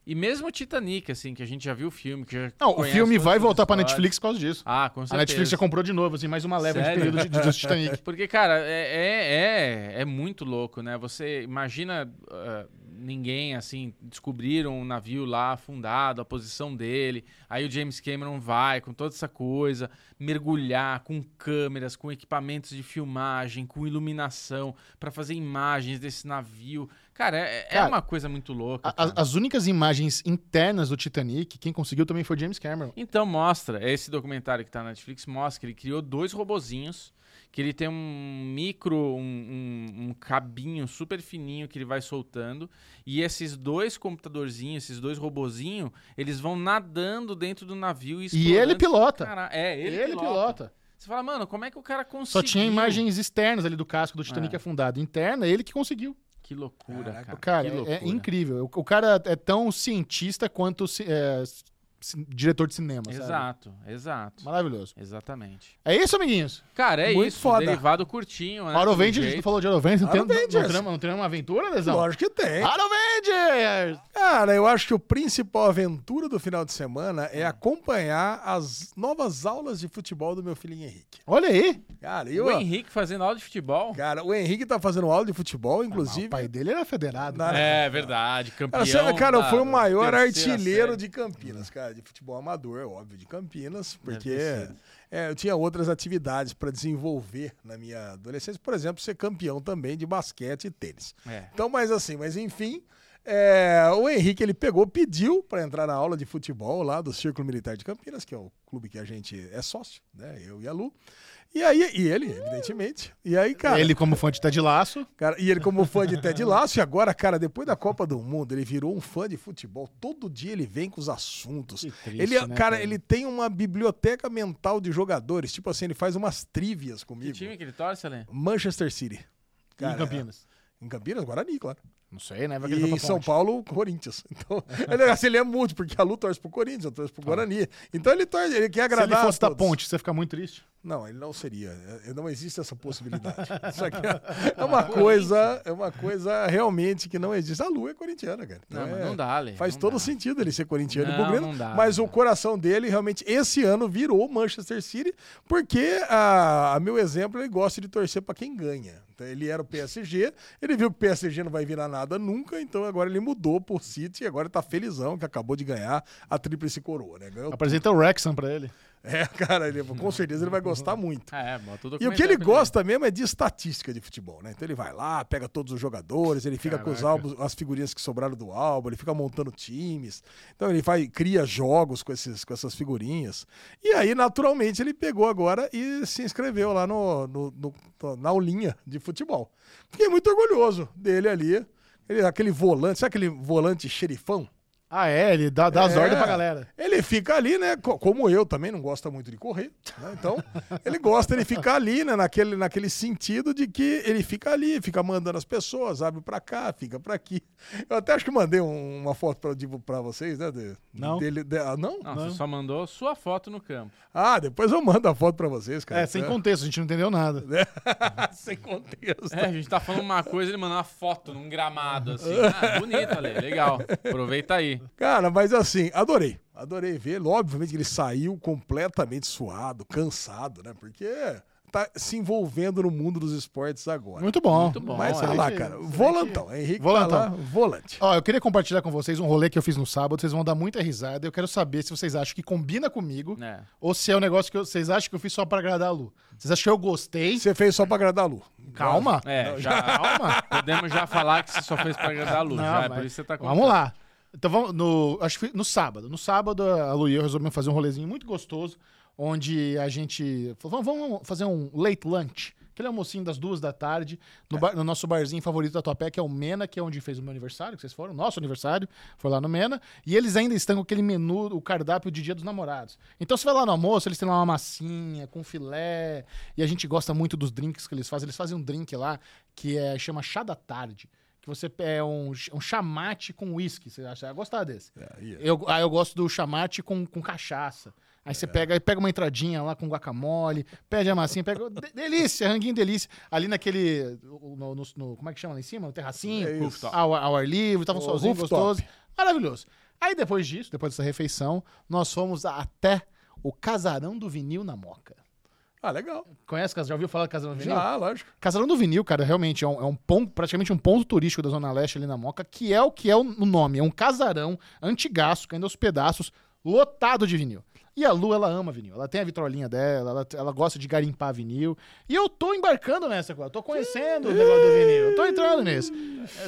C: E mesmo o Titanic, assim, que a gente já viu o filme, que já
A: Não, o
C: conhece
A: filme
C: todas
A: vai
C: as
A: voltar pra
C: histórias.
A: Netflix por causa disso.
C: Ah, com
A: A
C: certeza.
A: Netflix já comprou de novo, assim, mais uma leva
C: Sério?
A: de período de, de, de Titanic.
C: Porque, cara, é, é, é, é muito louco, né? Você imagina ah, ninguém, assim, descobrir um navio lá afundado, a posição dele. Aí o James Cameron vai com toda essa coisa, mergulhar com câmeras, com equipamentos de filmagem, com iluminação, pra fazer imagens desse navio. Cara, é, é
A: Cara,
C: uma coisa muito louca.
A: A- a-
C: cara.
A: as únicas imagens internas do Titanic, quem conseguiu também foi James Cameron.
C: Então mostra, esse documentário que tá na Netflix mostra que ele criou dois robozinhos que ele tem um micro, um, um- um cabinho super fininho que ele vai soltando. E esses dois computadorzinhos, esses dois robozinhos, eles vão nadando dentro do navio e
A: E ele
C: explorando-
A: pilota.
C: Cara, é, ele,
A: ele
C: pilota.
A: pilota.
C: Você fala, mano, como é que o cara conseguiu?
A: Só
C: É.
A: tinha imagens externas ali do casco do Titanic afundado. Interna, ele que conseguiu.
C: Que loucura, cara.
A: Cara,
C: que
A: é-
C: loucura.
A: é incrível. O, o cara é tão cientista quanto ci- é, ci- diretor de cinema. sabe?
C: Exato, exato.
A: Maravilhoso.
C: Exatamente.
A: É isso, amiguinhos.
C: Cara, é
B: Muito
C: isso.
B: foda.
C: Derivado curtinho, né?
A: Hora
C: pelo
A: Avengers, a gente
C: jeito.
A: não falou de Hora Avengers. Não tem,
B: Hora
A: não,
B: Avengers.
A: não, tem uma- não tem uma aventura, Lesão? Hora
B: Lógico que tem.
A: Avengers!
B: Cara, eu acho que o principal aventura do final de semana
A: Ah.
B: é acompanhar as novas aulas de futebol do meu filhinho Henrique.
A: Olha aí.
B: Cara, eu,
C: O Henrique fazendo aula de futebol.
B: cara, o Henrique tá fazendo aula de futebol,
A: Ah,
B: inclusive.
A: O pai dele era federado.
B: Na-
C: É verdade,
B: Cara,
C: campeão.
B: você- cara,
C: da
B: foi o maior
C: terceira
B: artilheiro
C: série.
B: de Campinas, cara, de futebol amador, é óbvio, de Campinas, porque
C: ter sido.
B: é, eu tinha outras atividades pra desenvolver na minha adolescência, por exemplo, ser campeão também de basquete e tênis.
C: É.
B: Então, mas assim, mas enfim, é, o Henrique ele pegou, pediu pra entrar na aula de futebol lá do Círculo Militar de Campinas, que é o clube que a gente é sócio, né? Eu e a Lu. E aí, e ele, evidentemente. E aí, cara.
A: Ele, como fonte, tá de laço.
B: Cara, e ele, como fã de Ted Lasso, e agora, cara, depois da Copa do Mundo, ele virou um fã de futebol. Todo dia ele vem com os assuntos.
A: triste,
B: ele,
A: né,
B: cara,
A: cara?
B: ele tem uma biblioteca mental de jogadores. Tipo assim, ele faz umas trivias
C: Que
B: comigo.
C: time que ele torce, Alê?
B: Manchester City. Cara,
A: em Campinas.
B: Em Campinas, Guarani, claro.
A: Não sei, né? Vai que
B: E
A: ele foi
B: em
A: pra
B: São
A: Ponte.
B: Paulo, Corinthians. Então, ele, assim, ele é muito, porque a Lu torce pro Corinthians, eu torço pro Guarani. Então ele torce, ele quer
A: Se
B: agradar.
A: ele fosse
B: a
A: da
B: todos.
A: ponte, você ia ficar muito triste.
B: Não, ele não seria. É, é, Não existe essa possibilidade. Isso aqui é- é uma coisa, é uma coisa realmente que não existe. A Lu é corintiana, cara. Então
C: Não, mas
B: é-
C: não dá, Ale.
B: Faz
C: não
B: todo
C: dá.
B: sentido ele ser corintiano e
C: Não,
B: bugrino,
C: não dá,
B: mas
C: não
B: o
C: dá.
B: coração dele realmente esse ano virou Manchester City, porque a, a meu exemplo, ele gosta de torcer pra quem ganha. Então, ele era o PSG, ele viu que o PSG não vai virar nada nunca, então agora ele mudou pro City e agora tá felizão que acabou de ganhar a tríplice coroa, né?
C: Tá.
B: Ganhou-
A: Apresenta o Rexham pra ele.
B: É, cara, ele- com certeza ele vai gostar muito.
C: Ah, é, bota
B: E o que ele gosta mesmo é de estatística de futebol, né? Então ele vai lá, pega todos os jogadores, ele fica com os álbuns, as figurinhas que sobraram do álbum, ele fica montando times. Então ele vai, cria jogos com, esses, com essas figurinhas. E aí, naturalmente, ele pegou agora e se inscreveu lá no, no- no- na aulinha de futebol. Fiquei muito orgulhoso dele ali. Ele, aquele volante, sabe aquele volante xerifão?
A: Ah, é? Ele dá, dá as
B: É.
A: ordens pra galera.
B: Ele fica ali, né? co- Como eu também não gosta muito de correr, né? Então, ele gosta, ele fica ali, né? Naquele, naquele sentido de que ele fica ali, fica mandando as pessoas, abre pra cá, fica pra aqui. Eu até acho que mandei um- uma foto pra, de, pra vocês, né? de-
A: Não.
B: dele- de- ah, não?
C: Não, você só mandou sua foto no campo.
B: Ah, depois eu mando a foto pra vocês, cara.
A: É, sem contexto, a gente não entendeu nada.
B: sem contexto.
C: É, a gente tá falando uma coisa, ele mandou uma foto num gramado, assim. Ah, bonito, Ale, legal. Aproveita aí.
B: Cara, mas assim, adorei. Adorei ver. Obviamente que ele saiu completamente suado, cansado, né? Porque tá se envolvendo no mundo dos esportes agora.
A: Muito bom. é
C: Muito bom.
B: Mas
C: Olha,
B: sei lá, cara. Volantão. Henrique volantão.
A: Volantão.
B: tá lá, volante.
A: Ó, eu queria compartilhar com vocês um rolê que eu fiz no sábado. Vocês vão dar muita risada. Eu quero saber se vocês acham que combina comigo
C: É.
A: ou se é um negócio que eu- vocês acham que eu fiz só pra agradar a Lu. Vocês acham que eu gostei?
B: Você fez só pra agradar a Lu.
A: Calma.
C: É, já,
A: Calma.
C: podemos já falar que você só fez pra agradar a luz,
A: Não,
C: já, é
A: mas-
C: por isso você tá com.
A: Vamos lá. Então vamos no, acho que foi no sábado. No sábado a Lu e eu resolvemos fazer um rolezinho muito gostoso, onde a gente falou, vamos, vamos fazer um late lunch. Aquele almocinho das duas da tarde,
C: É.
A: no, bar- no nosso barzinho favorito da Topé, que é o Mena, que é onde fez o meu aniversário, que vocês foram, nosso aniversário, foi lá no Mena. E eles ainda estão com aquele menu, o cardápio de Dia dos Namorados. Então você vai lá no almoço, eles têm lá uma massinha com filé, e a gente gosta muito dos drinks que eles fazem. Eles fazem um drink lá que é, chama chá da tarde. Que você é um, ch- um chamate com uísque. Você acha? Vai gostar desse.
B: É,
A: eu, aí eu gosto do chamate com, com cachaça. Aí
B: É.
A: você pega, aí pega uma entradinha lá com guacamole, pede a massinha, pega. de- delícia, ranguinho delícia. Ali naquele. no- no- no- como é que chama lá em cima? No terracinho?
B: É isso.
A: ao, ao ar livre, estavam
B: O
A: sozinhos,
B: rooftop.
A: gostoso. Maravilhoso. Aí depois disso, depois dessa refeição, nós fomos até o Casarão do Vinil na Moca.
B: Ah, legal.
A: Conhece, já ouviu falar do Casarão do Vinil?
B: Já, lógico.
A: Casarão do Vinil, cara, realmente é um, é um ponto, praticamente um ponto turístico da Zona Leste ali na Moca, que é o que é o nome. É um casarão antigaço, caindo aos pedaços, é lotado de vinil. E a Lu, ela ama vinil. Ela tem a vitrolinha dela, ela, ela gosta de garimpar vinil. E eu tô embarcando nessa agora. Eu Tô conhecendo o negócio do vinil. Eu tô entrando nisso.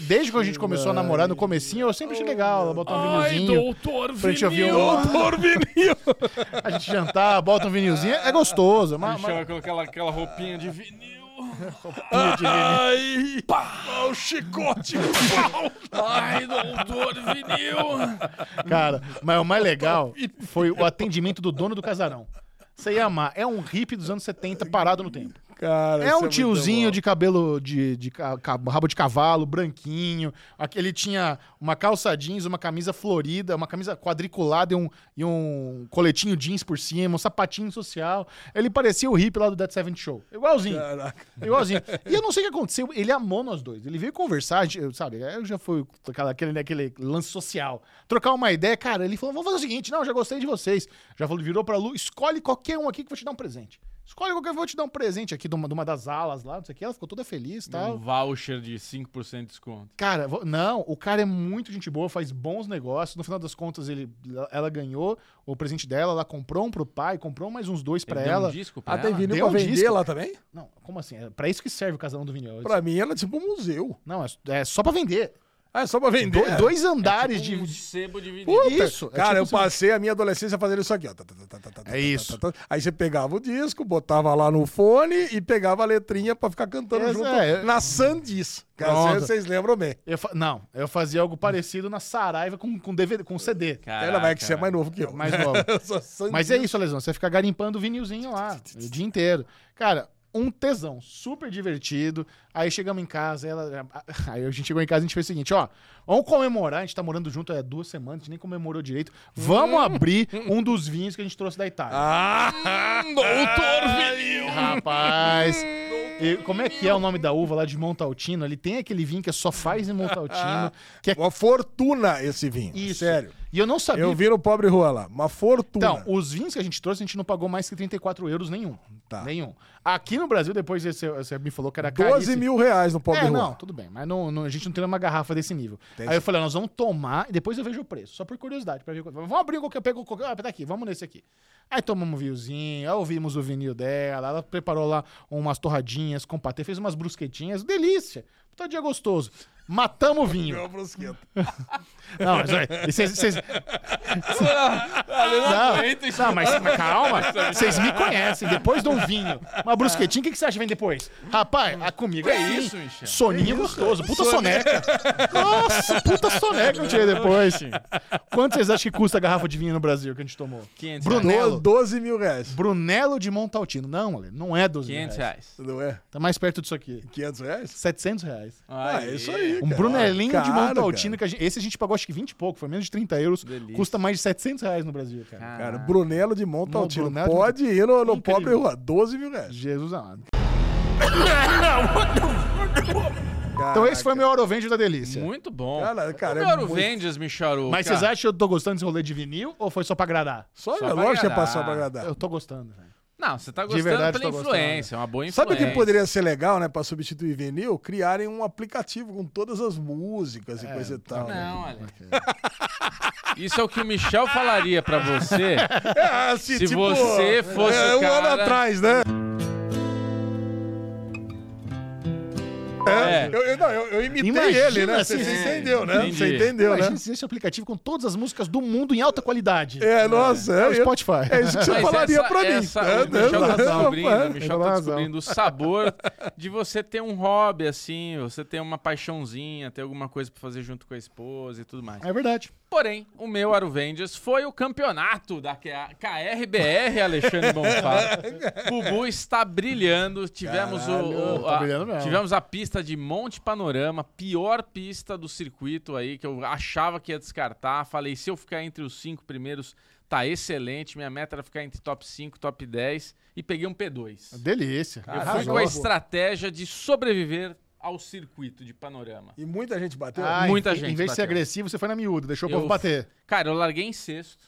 A: Desde que a gente começou a namorar, no comecinho, eu sempre achei legal. Ela botou um vinilzinho.
C: doutor
A: pra gente ouvir o-
C: doutor vinil.
A: A gente jantar, bota um vinilzinho. É gostoso.
B: Ah,
A: Mas, mas-
C: Chama com aquela, aquela roupinha de vinil.
B: Ai, pau, chicote, pau.
C: Ai, doutor vinil.
A: Cara, mas o mais legal foi o atendimento do dono do casarão. Você ia amar. É um hippie dos anos 70 parado no tempo.
B: Cara,
A: É
B: isso
A: um
B: muito
A: tiozinho
B: bom.
A: de cabelo de, de ca- ca- rabo de cavalo, branquinho. Aqui Ele tinha uma calça jeans, uma camisa florida, uma camisa quadriculada e um, e um coletinho jeans por cima, um sapatinho social. Ele parecia o hippie lá do Dead Seven Show. Igualzinho.
B: Caraca. Ah,
A: Igualzinho. E eu não sei o que aconteceu. Ele amou nós dois. Ele veio conversar, a gente- eu- sabe? Eu já fui com aquela- aquele, né, aquele lance social. Trocar uma ideia, cara. Ele falou: vamos fazer o seguinte: não, já gostei de vocês. Já falou, virou pra Lu: escolhe qualquer um aqui que eu vou te dar um presente. Escolhe qualquer um, eu vou te dar um presente aqui de uma, de uma das alas lá, não sei o que. Ela ficou toda feliz e
B: Tá.
A: tal.
C: Um voucher de 5% de desconto.
A: Cara, vo- não, o cara é muito gente boa, faz bons negócios. No final das contas, ele, ela ganhou o presente dela, ela comprou um pro pai, comprou mais uns dois pra
C: Ele deu um
A: ela.
C: disco pra
B: Ah, tem
C: ela?
B: vinil
A: Deu
B: pra
A: um
B: vender
A: disco.
B: lá também?
A: Não, como assim? É pra isso que serve o casalão do vinil.
B: Pra mim era tipo um museu.
A: Não, é, é só pra vender.
B: Ah, é tipo só pra vender?
A: Do- dois andares
C: Um
A: de.
C: sebo de vinil.
A: Puta,
B: Isso,
A: tipo
B: cara, eu passei a minha adolescência fazendo isso aqui, ó. Tá, tá, tá, tá, tá, tá,
A: É isso.
B: tá, tá, tá. Aí você pegava o disco, botava lá no fone e pegava a letrinha pra ficar cantando
A: Essa
B: junto
A: é-
B: na Sandis. Cara,
A: Pronto.
B: vocês vocês lembram bem.
A: eu fa- Não, eu fazia algo parecido na Saraiva com, com, DVD, com CD.
B: Ela vai que você é mais novo que eu.
A: Mais novo.
B: Só Sandisk.
A: Mas é isso, Lesão. Você fica garimpando o vinilzinho lá o dia inteiro. Cara, um tesão, super divertido. Aí chegamos em casa, ela. Aí a gente chegou em casa e a gente fez o seguinte: ó, vamos comemorar. A gente tá morando junto há duas semanas, a gente nem comemorou direito.
B: Hum.
A: Vamos abrir um dos vinhos que a gente trouxe da Itália.
B: Ah, doutor
A: Ah,
B: vinil.
A: Rapaz!
B: Hum.
A: E como é que é o nome da uva lá de Montaltino? Ele tem aquele vinho que é só faz em Montaltino. Que é
B: Uma fortuna esse vinho.
A: isso.
B: Sério.
A: E eu não sabia.
B: Eu vi no Pobre Rua lá. Uma fortuna.
A: Então, os vinhos que a gente trouxe, a gente não pagou mais que 34 euros nenhum.
B: Tá.
A: Nenhum. Aqui no Brasil, depois você, você me falou que era
B: 12
A: caríssimo.
B: mil reais no Pobre
A: É,
B: Rua.
A: não, tudo bem. Mas não, não- a gente não tem uma garrafa desse nível.
B: Tem
A: Aí eu
B: sim.
A: falei, ó, nós vamos tomar e depois eu vejo o preço. Só por curiosidade. Pra ver, qual- vamos abrir qualquer... Pego, qualquer ah, tá aqui, vamos nesse aqui. Aí tomamos um vinhozinho, aí ouvimos o vinil dela. Ela preparou lá umas torradinhas com patê, fez umas brusquetinhas. Delícia! Puta dia gostoso. Matamos o vinho.
B: Meu brusqueto.
A: Não, mas olha, e vocês- vocês-
C: Não, aguenta isso.
A: não, mas, mas calma, vocês me conhecem. Depois de um vinho, uma brusquetinha, o que, que você acha que vem depois? Rapaz, a comigo é assim.
C: isso, Michel?
A: Soninho gostoso, puta soneca. Nossa, puta soneca que eu tirei depois. Tim. Quanto vocês acham que custa a garrafa de vinho no Brasil que a gente tomou?
C: 500 reais.
A: Brunello.
B: 12 mil reais.
A: Brunello de Montaltino. Não, Ale, não é 12
C: 500
A: reais.
C: reais.
B: Não é?
A: Tá mais perto disso aqui.
B: 500 reais?
A: 700 reais.
B: Ah, é isso aí.
A: Um
B: cara.
A: Brunelinho de
B: Caro,
A: Montaltino,
B: cara.
A: que a gente- esse a gente pagou acho que 20 e pouco, foi menos de 30 euros. Custa mais de 700 reais no Brasil, cara.
B: Cara, Brunello de Montaltino.
A: Não, Brunello de-
B: Pode ir no, no
A: Incrível.
B: Pobre Rua. 12 mil reais.
A: Jesus amado. Então esse foi o meu Aurovende da delícia.
C: Muito bom.
B: Cara, cara,
C: o
B: é
C: meu Ouro
B: muito-
C: Vendes, Micharu.
A: Mas vocês acham que eu tô gostando desse rolê de vinil ou foi só pra agradar?
B: Só,
C: Só
B: é
C: pra
B: lógico que é
C: agradar.
B: passar pra agradar.
A: Eu tô gostando, velho.
C: Não, você tá
A: De
C: gostando
A: verdade,
C: pela
A: tô gostando.
C: influência. É uma boa
B: né? Sabe
C: influência.
B: o que poderia ser legal, né, pra substituir vinil? Criarem um aplicativo com todas as músicas
A: É,
B: e coisa e tal. né?
C: Não, olha. Isso é o que o Michel falaria pra você.
B: É, assim,
C: Se você fosse
B: é,
C: o
B: um
C: cara-
B: ano atrás, né? É,
C: É.
B: Eu, eu- não, eu, eu imitei
A: Imagina
B: ele, né? Você
A: assim,
B: você
A: é.
B: entendeu, né?
C: Entendi.
B: Você entendeu, né?
A: Imagina se esse aplicativo com todas as músicas do mundo em alta qualidade.
B: É, nossa.
A: É
B: É,
A: o
B: eu-
A: Spotify.
B: é isso que você
C: Mas
B: falaria
C: essa-
B: pra mim.
C: essa-
B: É,
C: o Michel
B: né?
C: tá descobrindo,
B: Rapaz.
C: o Michel
A: tem
C: tá
A: razão.
C: descobrindo o sabor de você ter um hobby, assim, você ter uma paixãozinha, ter alguma coisa pra fazer junto com a esposa e tudo mais.
A: É verdade.
C: Porém, o meu Aruvendias foi o campeonato da K- KRBR, Alexandre Bonfá. Bubu está brilhando. Tivemos, o- o,
A: tá
C: a,
A: brilhando mesmo.
C: tivemos a pista de Monte Panorama, pior pista do circuito aí, que eu achava que ia descartar. Falei, se eu ficar entre os cinco primeiros, tá excelente. Minha meta era ficar entre top 5, top 10. E peguei um P2.
A: Delícia.
C: Eu fui
A: Arrasou.
C: com a estratégia de sobreviver ao circuito de panorama.
B: E muita gente bateu.
A: Ah, em,
C: Muita
A: Em
C: gente
A: vez de ser
C: bateu.
A: agressivo, você foi na miúda, deixou o
C: Eu
A: povo bater.
C: Cara, eu larguei em sexto.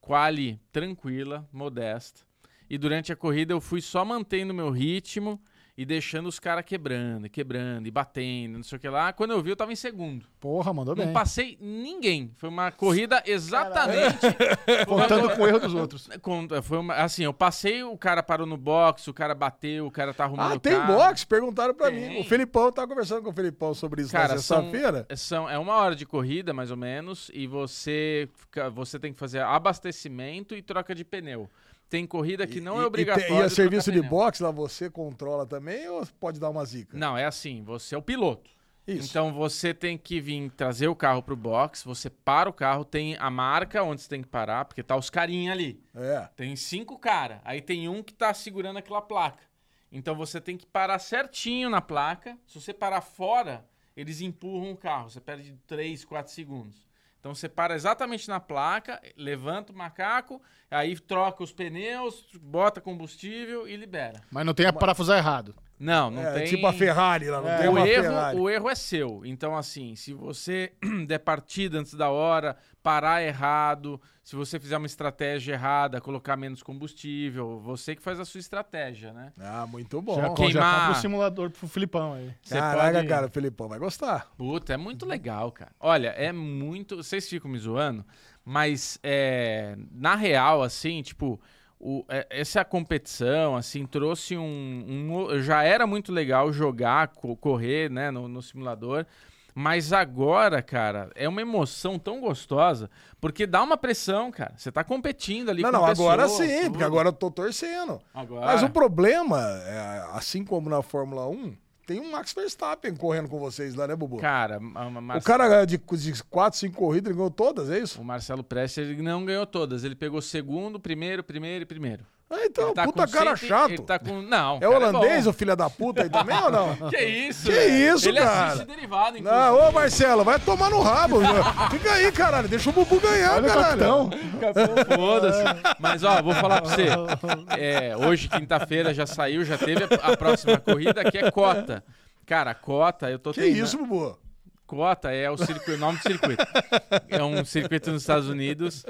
C: Quali tranquila, modesta. E durante a corrida eu fui só mantendo meu ritmo e deixando os caras quebrando, quebrando e batendo, não sei o que lá. Quando eu vi, eu tava em segundo.
A: Porra, mandou
C: Não
A: bem.
C: passei ninguém. Foi uma corrida exatamente. né?
A: Contando com o erro dos outros.
C: Conta, Foi uma- assim, eu passei, o cara parou no box, o cara bateu, o cara tá arrumando.
B: Ah,
C: o
B: tem
C: carro.
B: boxe? Perguntaram pra
C: Tem.
B: mim. O Felipão, eu tava conversando com o Felipão sobre isso
C: Cara,
B: na
C: são,
B: sexta-feira.
C: são, é uma hora de corrida, mais ou menos, e você, fica- você tem que fazer abastecimento e troca de pneu. Tem corrida que não
B: E-
C: é
B: e
C: obrigatório.
B: te- E, o
C: trocar
B: serviço de
C: pneu.
B: boxe lá você controla também ou pode dar uma zica?
C: Não, é assim, você é o piloto.
B: Isso.
C: Então você tem que vir trazer o carro pro box, você para o carro, tem a marca onde você tem que parar, porque tá os carinha ali.
B: É.
C: Tem cinco cara, aí tem um que tá segurando aquela placa. Então você tem que parar certinho na placa. Se você parar fora, eles empurram o carro. Você perde 3, 4 segundos. Então você para exatamente na placa, levanta o macaco, aí troca os pneus, bota combustível e libera.
A: Mas não tem a parafusar errado.
C: Não, não
B: É,
C: tem. É.
B: Tipo a Ferrari lá, não tem
C: O
B: uma
C: erro,
B: Ferrari.
C: o erro é seu. Então, assim, se você der partida antes da hora, parar errado, se você fizer uma estratégia errada, colocar menos combustível, você que faz a sua estratégia, né?
B: Ah, muito bom.
A: já, co- já
C: queimar.
A: compra o simulador pro Filipão aí.
C: Você
B: Caraca,
C: pode-
B: cara, o Felipão vai gostar.
C: Puta, é muito legal, cara. Olha, é muito. Vocês ficam me zoando, mas é, na real, assim, tipo, o- é- essa competição, assim, trouxe um, um o- Já era muito legal jogar, co- correr, né, no, no simulador. Mas agora, cara, é uma emoção tão gostosa, porque dá uma pressão, cara. Você tá competindo ali
B: Não,
C: com
B: não, agora
C: pessoas,
B: sim,
C: tudo.
B: porque agora eu tô torcendo.
C: Agora.
B: Mas o problema, é, assim como na Fórmula 1, tem um Max Verstappen correndo com vocês lá, né, Bubu?
C: Cara, ma- ma-
B: o
C: Marcelo-
B: cara de, de 4, 5 corridas, ele ganhou todas, é isso?
C: O Marcelo Prestes ele não ganhou todas. Ele pegou segundo, primeiro, primeiro e primeiro.
B: Ah, então,
C: Ele tá
B: puta
C: com
B: cara
C: cento e-
B: chato.
C: Ele tá com. Não.
B: É
C: cara,
B: holandês,
C: bom.
B: o filho da puta aí também ou não?
C: Que isso?
B: Que
C: velho?
B: isso,
C: ele
B: cara?
C: assiste derivado, inclusive.
B: Não, ô Marcelo, vai tomar no rabo. meu. Fica aí, caralho. Deixa o Bubu ganhar,
A: Olha o
B: caralho.
A: capitão.
C: Foda-se. Mas, ó, vou falar pra você. É, hoje, quinta-feira, já saiu, já teve a, a próxima corrida, que é Cota. Cara, Cota, eu tô
B: Que
C: treinando-
B: isso, Bubu?
C: Cota é o, circuito, o nome do circuito. É um circuito nos Estados Unidos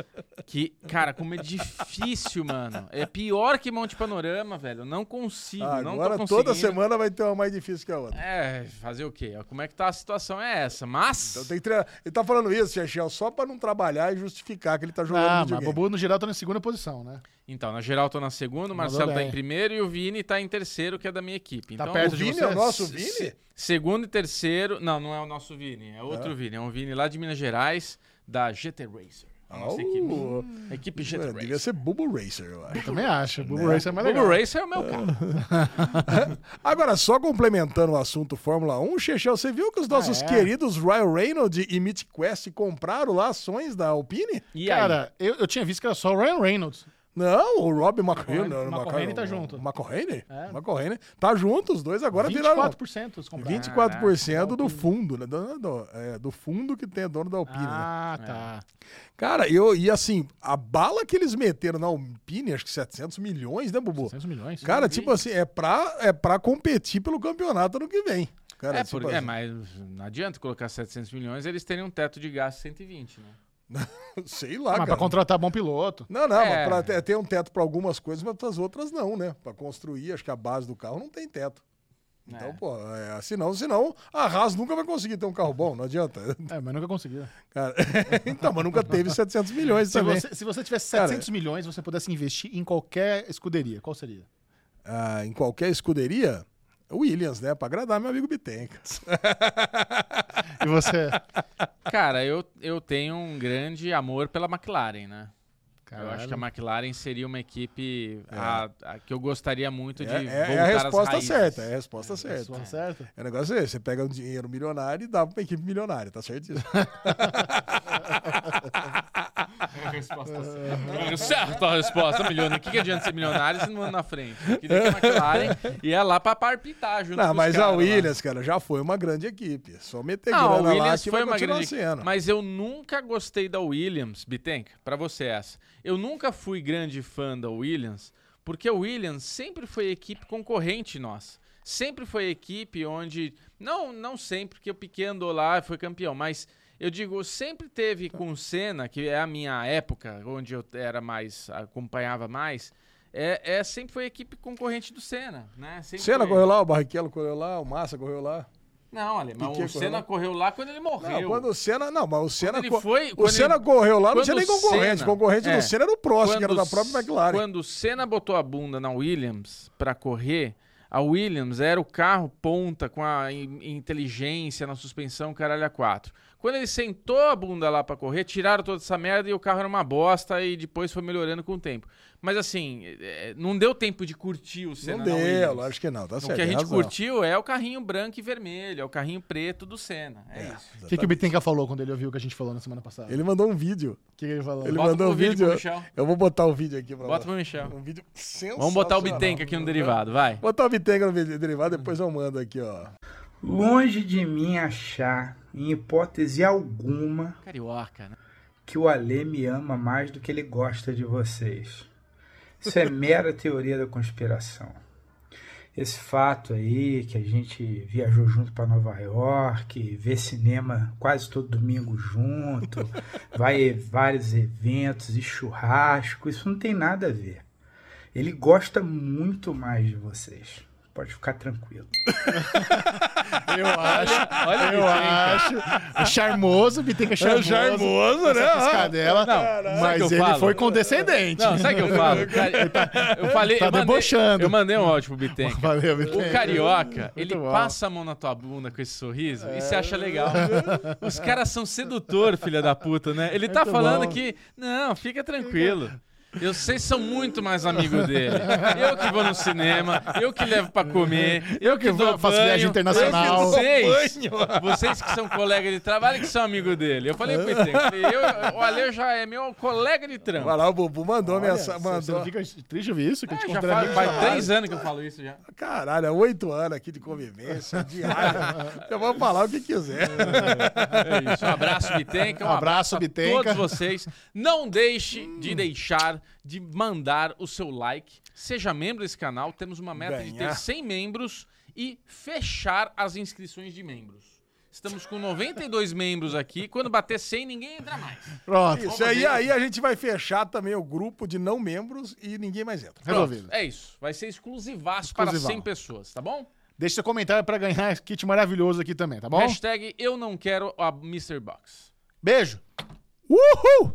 C: que, cara, como é difícil, mano. É pior que Monte Panorama, velho. Eu não consigo, não tô
B: Agora
C: conseguindo.
B: toda semana vai ter uma mais difícil que a outra.
C: É, fazer o quê? Como é que tá a situação? É essa. Mas.
B: Então tem que treinar. Ele tá falando isso, Chechel, só pra não trabalhar e justificar que ele tá jogando
A: Ah, mas
B: videogame.
A: Bubu no geral tá na segunda posição, né?
C: Então, na geral, eu tô na segunda, o Marcelo tá
A: bem.
C: em primeiro e o Vini tá em terceiro, que é da minha equipe.
A: Tá
C: Então,
A: perto
B: O
A: de
B: Vini
A: você.
B: é o nosso
C: se-
B: Vini?
C: Segundo e terceiro. Não, não é o nosso Vini, é outro Vini. É um Vini lá de Minas Gerais, da GT Racer. A nossa
B: Au.
C: equipe.
A: Hum.
C: Equipe
A: é
C: GT
B: Mano, devia ser
C: Racer.
B: Bubu Racer, eu acho.
A: Também acho. Bubu Race é mais legal.
C: Turbo Racer é o meu carro.
B: Agora, só complementando o assunto Fórmula 1, Chechel, você viu que os nossos
A: é?
B: queridos Ryan Reynolds e Mitch Quest compraram lá ações da Alpine?
C: E aí?
A: Cara, eu, eu tinha visto que era só o Ryan Reynolds.
B: Não, o Rob McHenry.
A: O McElhenney tá junto.
B: McHenry?
A: É.
B: McElhenney. Tá junto, os dois agora viraram
A: 24% os compraram.
B: 24%
A: é
B: do fundo, né? Do, do- é, do fundo que tem dono da Alpine. né?
A: Ah, tá.
B: Cara, eu, e assim, a bala que eles meteram na Alpine, acho que 700 milhões, né, Bubu?
A: 200 milhões.
B: Cara, tipo assim, é pra, é pra competir pelo campeonato ano que vem. Cara,
C: É,
B: tipo
C: porque, é,
B: assim,
C: mas não adianta colocar 700 milhões, eles terem um teto de gasto de 120, né?
B: Sei lá,
A: mas
B: cara.
A: pra contratar bom piloto.
B: Não, não,
C: É.
B: mas pra ter- tem um teto pra algumas coisas, mas pras outras não, né? Pra construir, acho que a base do carro não tem teto. Então,
C: É.
B: pô, é, senão, senão a Haas nunca vai conseguir ter um carro bom, não adianta.
A: É, mas nunca conseguiu.
B: Cara, então, mas nunca teve 700 milhões
A: Se
B: também.
A: você, se você tivesse
B: Cara,
A: 700 milhões, você pudesse investir em qualquer escuderia, qual seria?
B: Ah, em qualquer escuderia, Williams, né? Pra agradar meu amigo Bitenca.
A: E você?
C: Cara, eu, eu tenho um grande amor pela McLaren, né? Eu acho que a
A: Caralho.
C: McLaren seria uma equipe a- a que eu gostaria muito
B: É,
C: de
B: é- é
C: voltar
B: a
C: às
B: resposta
C: raízes.
B: certa, é a resposta certa.
A: Tá certo?
B: É o negócio é esse, você pega um dinheiro milionário e dá pra uma equipe milionária, tá certo isso?
C: É Certa a resposta, milionário. O que, que adianta ser milionário se não anda na frente? Eu queria que a McLaren ia lá pra parpitar junto com
B: Não,
C: os
B: mas a
C: caras lá.
B: Williams, cara, já foi uma grande equipe. É Só meter
C: Não, a
B: grana lá
C: Ah, Williams
B: que
C: foi
B: vai
C: uma
B: continuar
C: grande.
B: sendo.
C: Mas eu nunca gostei da Williams, Bitenk, pra você é essa. Eu nunca fui grande fã da Williams, porque a Williams sempre foi equipe concorrente nossa. Sempre foi equipe onde. Não, não sempre, porque o Piquet andou lá e foi campeão, mas. Eu digo, sempre
B: Tá.
C: teve com o Senna, que é a minha época, onde eu era mais, acompanhava mais, é, é- sempre foi a equipe concorrente do Senna, né? Sempre
B: Senna
C: foi.
B: correu lá, o Barrichello correu lá, o Massa correu lá.
C: Não, Ale, mas o
B: Piquet correu
C: Senna
B: lá.
C: correu lá quando ele
B: Não,
C: morreu.
B: quando o Senna. Não, mas o Senna.
C: ele
B: co-
C: foi-
B: o
C: quando
B: Senna
C: ele-
B: correu lá, não
C: quando
B: tinha nem
C: o
B: concorrente.
C: Senna-
B: O concorrente
C: é.
B: do Senna era o próximo, que era
C: Quando
B: da própria McLaren.
C: Quando o Senna botou a bunda na Williams pra correr, a Williams era o carro ponta com a in- inteligência na suspensão, caralho a quatro. Quando ele sentou a bunda lá pra correr, tiraram toda essa merda e o carro era uma bosta e depois foi melhorando com o tempo. Mas assim, eh, eh, não deu tempo de curtir o Senna
B: Não
C: na Williams.
B: deu, acho que não, tá
C: O
B: certo.
C: que a
B: tem
C: gente
B: razão.
C: curtiu é o carrinho branco e vermelho, é o carrinho preto do Senna. É, isso.
A: O que, que o Bittenca falou quando ele ouviu o que a gente falou na semana passada?
B: Ele mandou um vídeo.
A: O que ele falou?
B: Ele
C: Bota
B: mandou
C: pro
B: um
C: vídeo
B: vídeo.
C: pro Michel.
B: eu vou botar o vídeo aqui pra
C: Bota pro
B: lá.
C: Michel.
B: Um vídeo sensacional.
C: É. Vamos botar o Bitenca aqui no derivado, vai.
B: Botar o Bitenca no vídeo derivado, depois eu mando aqui, ó.
K: Longe de mim achar, em hipótese alguma,
C: Carioca, né?
K: que o Alê me ama mais do que ele gosta de vocês. Isso é mera teoria da conspiração. Esse fato aí, que a gente viajou junto para Nova York, vê cinema quase todo domingo junto, vai a vários eventos e churrasco, isso não tem nada a ver. Ele gosta muito mais de vocês. Pode ficar tranquilo.
A: Eu acho.
C: Olha
A: eu acho. É charmoso, o Bittenca é charmoso.
B: charmoso, né?
A: essa Piscadela,
C: Não, sabe o
A: mas
C: que eu
A: ele
C: falo?
A: foi condescendente.
C: Não, sabe o que eu falo? Cara, eu falei.
A: Tá
C: eu mandei-
A: debochando.
C: Eu mandei um áudio pro Bitenca.
A: Valeu,
C: O
A: Bittenca.
C: carioca, ele
A: É, bom. É.
C: passa a mão na tua bunda com esse sorriso e você acha legal. Os caras são sedutor, filha da puta, né? Ele tá
A: Muito
C: falando
A: bom.
C: que. Não, fica tranquilo. Eu sei são muito mais amigo dele. Eu que vou no cinema, eu que levo pra comer, eu que,
A: que vou-
C: dou
A: faço
C: banho,
A: viagem internacional.
C: eu que- Vocês, vocês que são colegas de trabalho que são amigo dele. Eu falei pro Itenca, falei, eu, o Ale já é meu colega de trampo.
B: Vai lá, o Bubu mandou
A: Olha,
B: mensagem.
A: você- Você
B: Mandou.
A: não fica triste de ouvir isso? Que eu te
C: É,
A: né?
C: Já
A: considero
C: faz,
A: amigo
C: faz
A: de
C: três anos que eu falo isso já.
B: Caralho, é oito anos aqui de convivência, diário. Eu vou falar o que quiser.
C: É isso. Um abraço, Bitenca. Um
A: Abraço,
C: abraço,
A: Bitenca.
C: a todos vocês. Não deixe de deixar de mandar o seu like. Seja membro desse canal. Temos uma meta de
B: Ganhar.
C: ter 100 membros e fechar as inscrições de membros. Estamos com 92 membros aqui. Quando bater 100, ninguém entra mais.
A: Pronto,
B: Isso aí, aí a gente vai fechar também o grupo de não membros e ninguém mais entra.
A: resolvido.
C: É isso. Vai ser exclusivaço
A: Exclusivão.
C: para 100 pessoas, tá bom?
A: Deixa seu comentário pra ganhar esse kit maravilhoso aqui também, tá bom?
C: Hashtag eu não quero a Mr. Box.
A: Beijo!
B: Uhul!